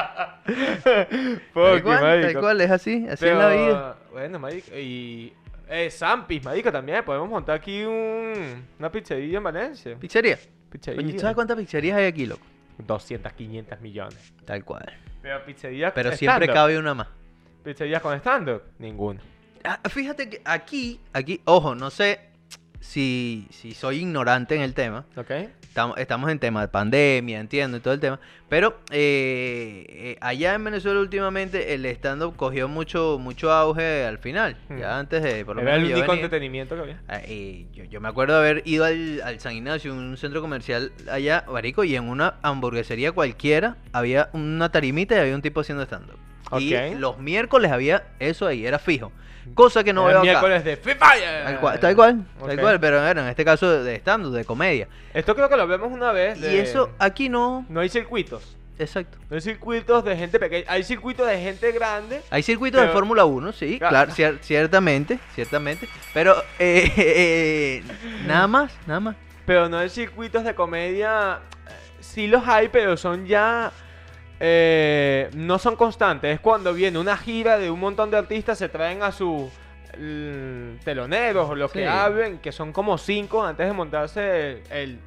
[SPEAKER 1] Fire. fuck
[SPEAKER 2] Tal
[SPEAKER 1] you,
[SPEAKER 2] cual, tal
[SPEAKER 1] marico.
[SPEAKER 2] cual, es así, así
[SPEAKER 1] Pero,
[SPEAKER 2] es la vida.
[SPEAKER 1] Bueno, marico, y... Eh, Zampis, marico, también. eh, Podemos montar aquí un... Una pizzería en Valencia.
[SPEAKER 2] Pizzería.
[SPEAKER 1] Pizzería.
[SPEAKER 2] Coño, ¿tú ¿sabes cuántas pizzerías hay aquí, loco?
[SPEAKER 1] 200, 500 millones.
[SPEAKER 2] Tal cual.
[SPEAKER 1] Pero pizzería
[SPEAKER 2] Pero siempre cabe una más.
[SPEAKER 1] ¿Pizzerías con stand-up? Ninguna.
[SPEAKER 2] Ah, Fíjate que aquí, aquí, ojo, no sé si, si soy ignorante en el tema.
[SPEAKER 1] ¿Ok?
[SPEAKER 2] Estamos, estamos en tema de pandemia, entiendo, y todo el tema. Pero eh, eh, allá en Venezuela últimamente el stand-up cogió mucho, mucho auge al final.
[SPEAKER 1] Hmm.
[SPEAKER 2] Ya antes de, por lo
[SPEAKER 1] Era
[SPEAKER 2] menos
[SPEAKER 1] el
[SPEAKER 2] yo
[SPEAKER 1] único
[SPEAKER 2] venía.
[SPEAKER 1] entretenimiento que había.
[SPEAKER 2] Ah, eh, yo, yo me acuerdo de haber ido al, al San Ignacio, un centro comercial allá, Barico, y en una hamburguesería cualquiera había una tarimita y había un tipo haciendo stand-up. Y
[SPEAKER 1] Ok.
[SPEAKER 2] los miércoles había eso ahí, era fijo. Cosa que no
[SPEAKER 1] Era
[SPEAKER 2] veo acá.
[SPEAKER 1] miércoles de Free Fire.
[SPEAKER 2] Tal cual, tal cual, tal
[SPEAKER 1] Ok.
[SPEAKER 2] cual, pero bueno, en este caso de stand-up, de comedia.
[SPEAKER 1] Esto creo que lo vemos una vez.
[SPEAKER 2] Y
[SPEAKER 1] de-
[SPEAKER 2] eso aquí no,
[SPEAKER 1] No hay circuitos.
[SPEAKER 2] exacto.
[SPEAKER 1] No hay circuitos de gente pequeña. Hay circuitos de gente grande.
[SPEAKER 2] Hay circuitos de
[SPEAKER 1] Pero-
[SPEAKER 2] Fórmula 1, sí,
[SPEAKER 1] Claro.
[SPEAKER 2] claro, cier- ciertamente, ciertamente, pero eh, eh, nada más, nada más.
[SPEAKER 1] Pero no hay circuitos de comedia. eh, Sí los hay, pero son ya. eh, no son constantes. Es cuando viene una gira de un montón de artistas, se traen a sus mm, teloneros o los
[SPEAKER 2] Sí.
[SPEAKER 1] que hablen, que son como cinco antes de montarse el,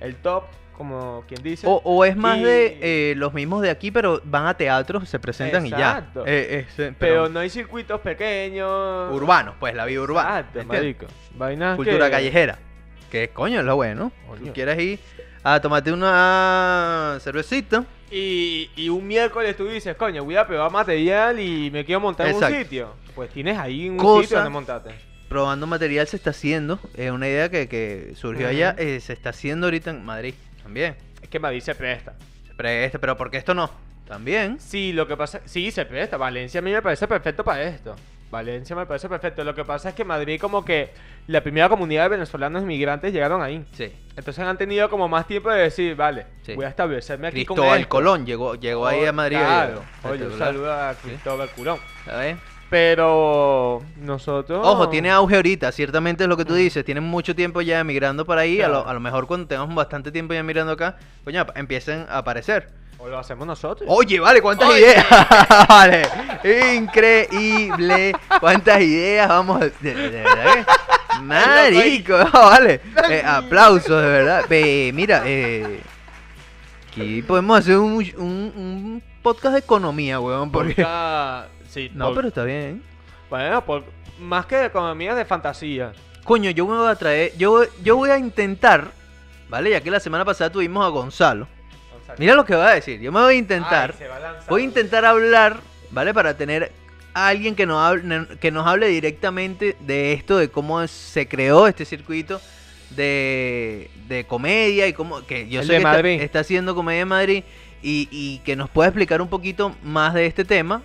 [SPEAKER 1] el top, como quien dice.
[SPEAKER 2] O, o es más de
[SPEAKER 1] Y-
[SPEAKER 2] eh, los mismos de aquí, pero van a teatros, se presentan
[SPEAKER 1] Exacto.
[SPEAKER 2] y ya. Eh, eh, se-
[SPEAKER 1] pero
[SPEAKER 2] pero
[SPEAKER 1] no hay circuitos pequeños.
[SPEAKER 2] urbanos, pues, la vida urbana.
[SPEAKER 1] Exacto,
[SPEAKER 2] ¿entiendes?
[SPEAKER 1] marico. Vainas
[SPEAKER 2] Cultura
[SPEAKER 1] que-
[SPEAKER 2] callejera. Que coño es lo bueno.
[SPEAKER 1] Coño.
[SPEAKER 2] Tú quieres ir a tomarte una cervecita.
[SPEAKER 1] Y, y un miércoles tú dices, coño, voy a pegar material y me quiero montar en
[SPEAKER 2] Exacto.
[SPEAKER 1] un sitio. Pues tienes ahí un
[SPEAKER 2] Cosa-
[SPEAKER 1] sitio donde montarte.
[SPEAKER 2] Probando material se está haciendo. Es una idea que, que surgió
[SPEAKER 1] Ujú.
[SPEAKER 2] allá. eh, se está haciendo ahorita en Madrid también.
[SPEAKER 1] Es que Madrid se presta.
[SPEAKER 2] Pero, este, pero ¿por qué esto no? También.
[SPEAKER 1] Sí, lo que pasa... Sí, se presta. Valencia a mí me parece perfecto para esto. Valencia me parece perfecto. Lo que pasa es que Madrid como que la primera comunidad de venezolanos inmigrantes llegaron ahí.
[SPEAKER 2] Sí.
[SPEAKER 1] Entonces han tenido como más tiempo de decir, vale,
[SPEAKER 2] Sí.
[SPEAKER 1] voy a establecerme aquí con
[SPEAKER 2] Cristóbal
[SPEAKER 1] esto. Oh,
[SPEAKER 2] Colón llegó, llegó ahí a Madrid.
[SPEAKER 1] Claro.
[SPEAKER 2] y-
[SPEAKER 1] Oye, un
[SPEAKER 2] espectacular.
[SPEAKER 1] saludo a Cristóbal Colón.
[SPEAKER 2] ¿Sabes?
[SPEAKER 1] Pero nosotros.
[SPEAKER 2] Ojo, tiene auge ahorita, ciertamente es lo que tú dices. Tienen mucho tiempo ya emigrando para ahí. A, lo,
[SPEAKER 1] Mm. Claro.
[SPEAKER 2] a lo mejor cuando tengamos bastante tiempo ya emigrando acá, coño, empiecen a aparecer.
[SPEAKER 1] O lo hacemos nosotros.
[SPEAKER 2] Oye, vale, cuántas
[SPEAKER 1] Oye.
[SPEAKER 2] ideas. vale. Increíble. Cuántas ideas vamos a. De, de verdad que- Marico, vale. Eh, aplausos, de verdad. Ve, mira, eh. Aquí podemos hacer un, un- un podcast de economía, weón. Porque...
[SPEAKER 1] Porque- Sí,
[SPEAKER 2] No,
[SPEAKER 1] por-
[SPEAKER 2] pero está bien.
[SPEAKER 1] Bueno, por- más que de economía de fantasía.
[SPEAKER 2] Coño, yo me voy a traer. Yo, yo voy a intentar. ¿Vale? Ya que la semana pasada tuvimos a Gonzalo. Mira lo que va a decir. Yo me voy a intentar.
[SPEAKER 1] Ay, se va a lanzar.
[SPEAKER 2] Voy a intentar hablar, ¿vale? Para tener a alguien que nos hable, que nos hable directamente de esto, de cómo se creó este circuito de, de comedia y cómo... Que yo
[SPEAKER 1] El
[SPEAKER 2] sé
[SPEAKER 1] de
[SPEAKER 2] que está-
[SPEAKER 1] Madrid.
[SPEAKER 2] Está, haciendo Comedia en Madrid y, y que nos pueda explicar un poquito más de este tema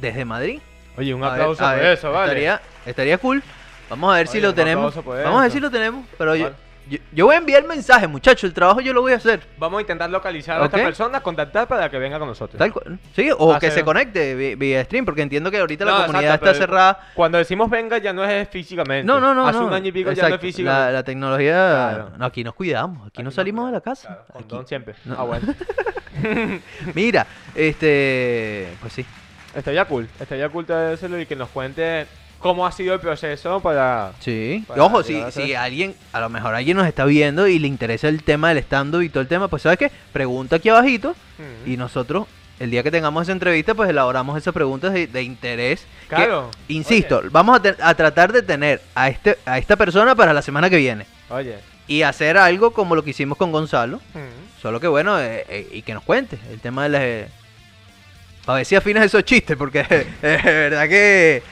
[SPEAKER 2] desde Madrid.
[SPEAKER 1] Oye, un
[SPEAKER 2] A ver,
[SPEAKER 1] aplauso
[SPEAKER 2] a
[SPEAKER 1] por
[SPEAKER 2] ver,
[SPEAKER 1] eso, vale.
[SPEAKER 2] Estaría, estaría cool. Vamos a ver si
[SPEAKER 1] Oye,
[SPEAKER 2] lo
[SPEAKER 1] un
[SPEAKER 2] tenemos.
[SPEAKER 1] aplauso por
[SPEAKER 2] Vamos a ver
[SPEAKER 1] eso.
[SPEAKER 2] si lo tenemos, pero yo,
[SPEAKER 1] Vale.
[SPEAKER 2] yo, yo voy a enviar el mensaje, muchachos. El trabajo yo lo voy a hacer.
[SPEAKER 1] Vamos a intentar localizar a
[SPEAKER 2] Ok.
[SPEAKER 1] esta persona, contactar para que venga con nosotros.
[SPEAKER 2] Tal cual. Sí, o
[SPEAKER 1] Ah,
[SPEAKER 2] que
[SPEAKER 1] sí.
[SPEAKER 2] se conecte vi- vía stream, porque entiendo que ahorita
[SPEAKER 1] No,
[SPEAKER 2] la comunidad
[SPEAKER 1] exacto,
[SPEAKER 2] está
[SPEAKER 1] pero
[SPEAKER 2] cerrada.
[SPEAKER 1] Cuando decimos venga, ya no es físicamente.
[SPEAKER 2] No, no, no.
[SPEAKER 1] Hace
[SPEAKER 2] no.
[SPEAKER 1] un año y pico ya no es
[SPEAKER 2] Exacto.
[SPEAKER 1] físicamente.
[SPEAKER 2] La, la tecnología.
[SPEAKER 1] Claro.
[SPEAKER 2] No, aquí nos cuidamos, aquí, no
[SPEAKER 1] nos
[SPEAKER 2] salimos de la
[SPEAKER 1] cuidamos,
[SPEAKER 2] casa.
[SPEAKER 1] claro,
[SPEAKER 2] Aquí-
[SPEAKER 1] condón siempre.
[SPEAKER 2] No.
[SPEAKER 1] Ah, bueno.
[SPEAKER 2] Mira, este. Pues sí.
[SPEAKER 1] Estaría cool. Estaría cool traérselo y que nos cuente cómo ha sido el proceso para.
[SPEAKER 2] Sí.
[SPEAKER 1] Para
[SPEAKER 2] Ojo, si,
[SPEAKER 1] llegar a hacer-
[SPEAKER 2] si alguien, a lo mejor alguien nos está viendo y le interesa el tema del stand-up y todo el tema, pues ¿sabes qué? Pregunta aquí abajito
[SPEAKER 1] Mm.
[SPEAKER 2] y nosotros, el día que tengamos esa entrevista, pues elaboramos esas preguntas de, de interés. que,
[SPEAKER 1] Claro.
[SPEAKER 2] insisto, vamos a, te- a tratar de tener a, este, a esta persona para la semana que viene
[SPEAKER 1] Oye.
[SPEAKER 2] y hacer algo como lo que hicimos con Gonzalo,
[SPEAKER 1] Mm.
[SPEAKER 2] solo que bueno, eh, eh, y que nos cuente el tema de las... eh, a ver si afinas esos chistes, porque de verdad que...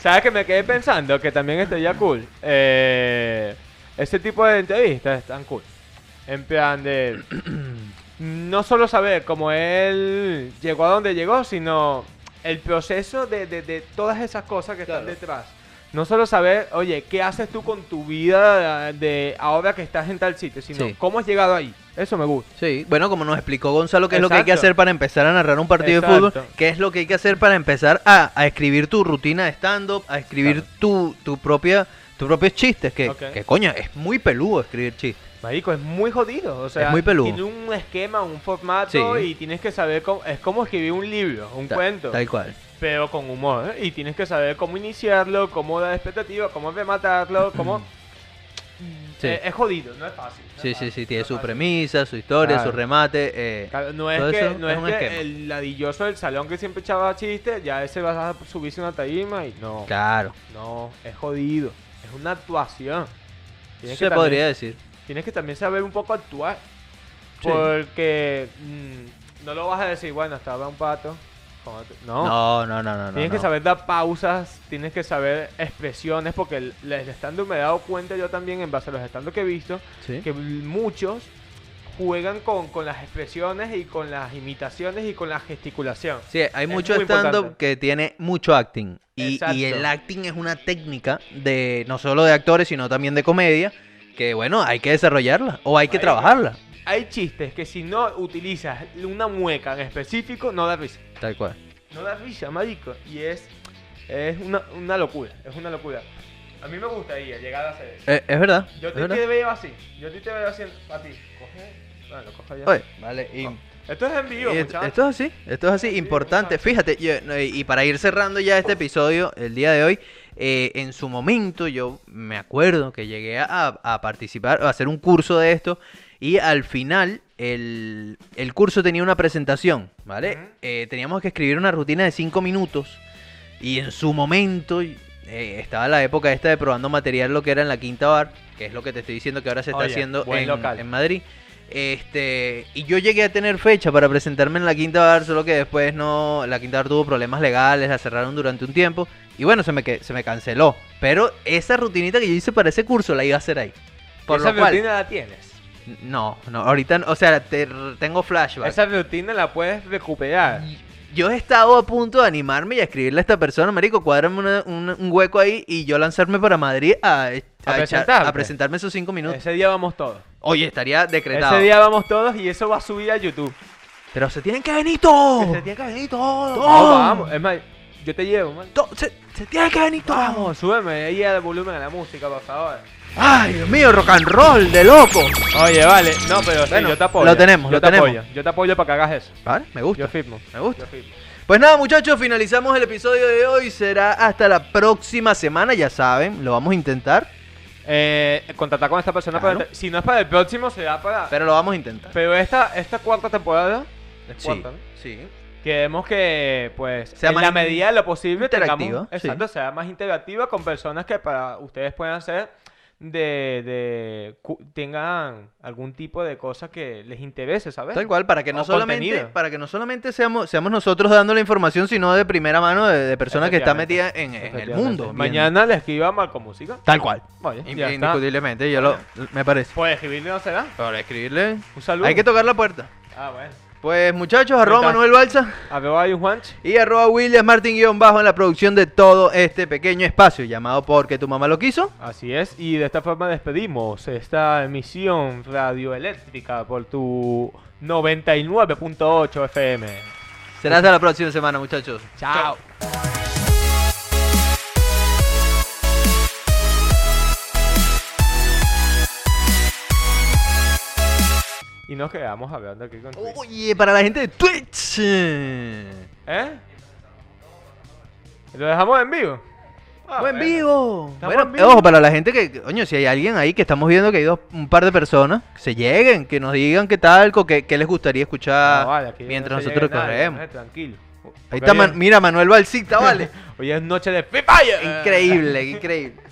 [SPEAKER 1] ¿Sabes que me quedé pensando? Que también estaría cool. Eh, ese tipo de entrevistas están cool. En plan de. No solo saber cómo él llegó a donde llegó, sino el proceso de, de- de todas esas cosas que están detrás. No solo saber, oye, qué haces tú con tu vida de ahora que estás en tal sitio, sino
[SPEAKER 2] Sí.
[SPEAKER 1] cómo has llegado ahí. Eso me gusta.
[SPEAKER 2] Sí, bueno, como nos explicó Gonzalo, qué es lo que hay que
[SPEAKER 1] Exacto.
[SPEAKER 2] hacer para empezar a narrar un partido de fútbol,
[SPEAKER 1] Exacto.
[SPEAKER 2] qué es lo que hay que hacer para empezar a, a escribir tu rutina de stand-up, a escribir tu, tu propia, tus propios chistes, que,
[SPEAKER 1] Ok.
[SPEAKER 2] que coño, es muy peludo escribir chistes.
[SPEAKER 1] Marico, es muy jodido. O sea,
[SPEAKER 2] Es muy peludo.
[SPEAKER 1] tiene un esquema, un formato
[SPEAKER 2] Sí.
[SPEAKER 1] y tienes que saber cómo. Es como escribir un libro, un
[SPEAKER 2] Ta-
[SPEAKER 1] cuento.
[SPEAKER 2] Tal cual.
[SPEAKER 1] pero con humor. ¿eh? Y tienes que saber cómo iniciarlo, cómo dar expectativa, cómo rematarlo, cómo...
[SPEAKER 2] Mm. Sí.
[SPEAKER 1] Eh, es jodido, no es fácil. no es
[SPEAKER 2] Sí, sí,
[SPEAKER 1] fácil,
[SPEAKER 2] sí,
[SPEAKER 1] no
[SPEAKER 2] tiene
[SPEAKER 1] es
[SPEAKER 2] su
[SPEAKER 1] fácil.
[SPEAKER 2] premisa, su historia,
[SPEAKER 1] Ah, Claro.
[SPEAKER 2] su remate. eh,
[SPEAKER 1] Claro, No es
[SPEAKER 2] Todo
[SPEAKER 1] que,
[SPEAKER 2] eso
[SPEAKER 1] no
[SPEAKER 2] es
[SPEAKER 1] es
[SPEAKER 2] un
[SPEAKER 1] que
[SPEAKER 2] esquema.
[SPEAKER 1] el ladilloso del salón que siempre echaba chistes, ya ese va a subirse a una tarima y no,
[SPEAKER 2] claro,
[SPEAKER 1] no, es jodido. Es una actuación.
[SPEAKER 2] se
[SPEAKER 1] que también-
[SPEAKER 2] podría decir.
[SPEAKER 1] tienes que también saber un poco actuar.
[SPEAKER 2] Sí.
[SPEAKER 1] Porque mm, no lo vas a decir, bueno, estaba un pato. como tú-
[SPEAKER 2] No, no, no, no. no,
[SPEAKER 1] Tienes que
[SPEAKER 2] no.
[SPEAKER 1] saber dar pausas, tienes que saber expresiones, porque el, el stand-up me he dado cuenta yo también, en base a los stand que he visto,
[SPEAKER 2] Sí.
[SPEAKER 1] que muchos juegan con, con las expresiones y con las imitaciones y con la gesticulación.
[SPEAKER 2] Sí, hay
[SPEAKER 1] Es
[SPEAKER 2] mucho
[SPEAKER 1] muy
[SPEAKER 2] stand-up
[SPEAKER 1] importante.
[SPEAKER 2] que tiene mucho acting. Y, y el
[SPEAKER 1] Exacto.
[SPEAKER 2] acting es una técnica de no solo de actores, sino también de comedia, que bueno, hay que desarrollarla o hay que
[SPEAKER 1] Marico.
[SPEAKER 2] trabajarla.
[SPEAKER 1] Hay chistes que si no utilizas una mueca en específico, no da risa.
[SPEAKER 2] Tal cual.
[SPEAKER 1] No da risa, marico. Y es, es una, una locura, es una locura. A mí me gustaría llegar a hacer eso.
[SPEAKER 2] Eh, es verdad.
[SPEAKER 1] Yo
[SPEAKER 2] es
[SPEAKER 1] te,
[SPEAKER 2] verdad.
[SPEAKER 1] te veo así, yo te, te veo así, a ti. Coge, bueno, coge ya.
[SPEAKER 2] Oye, vale, y-
[SPEAKER 1] Esto es en vivo,
[SPEAKER 2] Oh. y esto,
[SPEAKER 1] muchachos.
[SPEAKER 2] esto es así, esto es así, importante. Fíjate, yo- no, y y para ir cerrando ya este episodio, el día de hoy, eh, en su momento yo me acuerdo que llegué a, a participar, a hacer un curso de esto, y al final el, el curso tenía una presentación, ¿vale?
[SPEAKER 1] Ujú.
[SPEAKER 2] Eh, teníamos que escribir una rutina de cinco minutos, y en su momento eh, estaba la época esta de probando material, lo que era en la quinta bar, que es lo que te estoy diciendo que ahora se está
[SPEAKER 1] Oye,
[SPEAKER 2] haciendo
[SPEAKER 1] buen
[SPEAKER 2] en-
[SPEAKER 1] local.
[SPEAKER 2] en Madrid. Este, y yo llegué a tener fecha para presentarme en la Quinta Bar, solo que después no, la Quinta Bar tuvo problemas legales, la cerraron durante un tiempo y bueno, se me que- se me canceló, pero esa rutinita que yo hice para ese curso la iba a hacer ahí. Por
[SPEAKER 1] esa
[SPEAKER 2] lo cual,
[SPEAKER 1] rutina la tienes.
[SPEAKER 2] no, no, ahorita, no, o sea, te- tengo flashbacks.
[SPEAKER 1] Esa rutina la puedes recuperar.
[SPEAKER 2] Yo he estado a punto de animarme y a escribirle a esta persona, marico, cuadrarme una- un, un hueco ahí y yo lanzarme para Madrid a, a echar-
[SPEAKER 1] presentarte.
[SPEAKER 2] a presentarme esos cinco minutos.
[SPEAKER 1] Ese día vamos todos.
[SPEAKER 2] Oye, estaría decretado.
[SPEAKER 1] Ese día vamos todos y eso va a subir a YouTube.
[SPEAKER 2] Pero se tienen que venir todos.
[SPEAKER 1] Se tiene que venir todo.
[SPEAKER 2] Todos. pues
[SPEAKER 1] vamos. Es más, Yo te llevo, man.
[SPEAKER 2] To- se, se tiene que venir todo.
[SPEAKER 1] Vamos, súbeme ahí al volumen de la música, por favor.
[SPEAKER 2] Ay, Dios mío, rock and roll de loco.
[SPEAKER 1] Oye, vale. No, pero sí,
[SPEAKER 2] Bueno,
[SPEAKER 1] yo te apoyo.
[SPEAKER 2] lo tenemos,
[SPEAKER 1] yo
[SPEAKER 2] lo
[SPEAKER 1] te
[SPEAKER 2] tenemos.
[SPEAKER 1] apoyo. Yo te apoyo para que hagas eso.
[SPEAKER 2] Vale, me gusta.
[SPEAKER 1] Yo firmo.
[SPEAKER 2] Me gusta.
[SPEAKER 1] Yo firmo.
[SPEAKER 2] Pues nada, muchachos, finalizamos el episodio de hoy. Será hasta la próxima semana, ya saben, lo vamos a intentar,
[SPEAKER 1] Eh, contactar con esta persona
[SPEAKER 2] Claro.
[SPEAKER 1] para- Si no es para el próximo, será para...
[SPEAKER 2] pero lo vamos a intentar.
[SPEAKER 1] Pero esta, esta cuarta temporada, es
[SPEAKER 2] Sí,
[SPEAKER 1] cuarta, ¿no?
[SPEAKER 2] sí.
[SPEAKER 1] queremos que, pues,
[SPEAKER 2] Sea
[SPEAKER 1] en
[SPEAKER 2] más
[SPEAKER 1] la medida de lo posible, tengamos-
[SPEAKER 2] interactiva, sí.
[SPEAKER 1] exacto, sea más interactiva con personas que para ustedes puedan ser de, de cu- tengan algún tipo de cosa que les interese, ¿sabes?
[SPEAKER 2] Tal cual, para que no
[SPEAKER 1] O
[SPEAKER 2] solamente,
[SPEAKER 1] contenido.
[SPEAKER 2] para que no solamente seamos, seamos nosotros dando la información, sino de primera mano de, de personas que están metidas
[SPEAKER 1] Efectivamente.
[SPEAKER 2] en, en el
[SPEAKER 1] Efectivamente.
[SPEAKER 2] mundo. bien.
[SPEAKER 1] Mañana le escriba a Marco Música.
[SPEAKER 2] Tal cual.
[SPEAKER 1] Vaya,
[SPEAKER 2] In-
[SPEAKER 1] ya está.
[SPEAKER 2] Indiscutiblemente, yo lo, me parece.
[SPEAKER 1] Pues escribirle no será.
[SPEAKER 2] Para escribirle,
[SPEAKER 1] Un saludo.
[SPEAKER 2] hay que tocar la puerta.
[SPEAKER 1] ah, bueno.
[SPEAKER 2] Pues muchachos, arroba
[SPEAKER 1] Ahorita.
[SPEAKER 2] Manuel Balsa
[SPEAKER 1] Arroba ahí un Juanch.
[SPEAKER 2] y arroba William Martín guión bajo en la producción de todo este pequeño espacio llamado Porque tu mamá lo quiso.
[SPEAKER 1] Así es, y de esta forma despedimos esta emisión radioeléctrica por tu 99.8 FM.
[SPEAKER 2] Será hasta la próxima semana, muchachos.
[SPEAKER 1] Chao. Y nos quedamos hablando aquí con Twitch.
[SPEAKER 2] Oye, para la gente de Twitch. eh,
[SPEAKER 1] ¿Eh? ¿Lo dejamos en vivo? Ah,
[SPEAKER 2] ¡Buen
[SPEAKER 1] bueno.
[SPEAKER 2] vivo!
[SPEAKER 1] Estamos
[SPEAKER 2] Bueno,
[SPEAKER 1] en vivo.
[SPEAKER 2] ojo, para la gente que, que- coño, si hay alguien ahí que estamos viendo que hay dos, un par de personas, que se lleguen, que nos digan qué tal, co- qué, qué les gustaría escuchar
[SPEAKER 1] No, vale, aquí
[SPEAKER 2] Ah, mientras
[SPEAKER 1] no se
[SPEAKER 2] nosotros
[SPEAKER 1] llega nadie,
[SPEAKER 2] corremos.
[SPEAKER 1] eh, tranquilo.
[SPEAKER 2] Ahí está, Man-
[SPEAKER 1] Oye,
[SPEAKER 2] mira, Manuel Balsita, vale.
[SPEAKER 1] Hoy es noche de Free Fire.
[SPEAKER 2] increíble, increíble.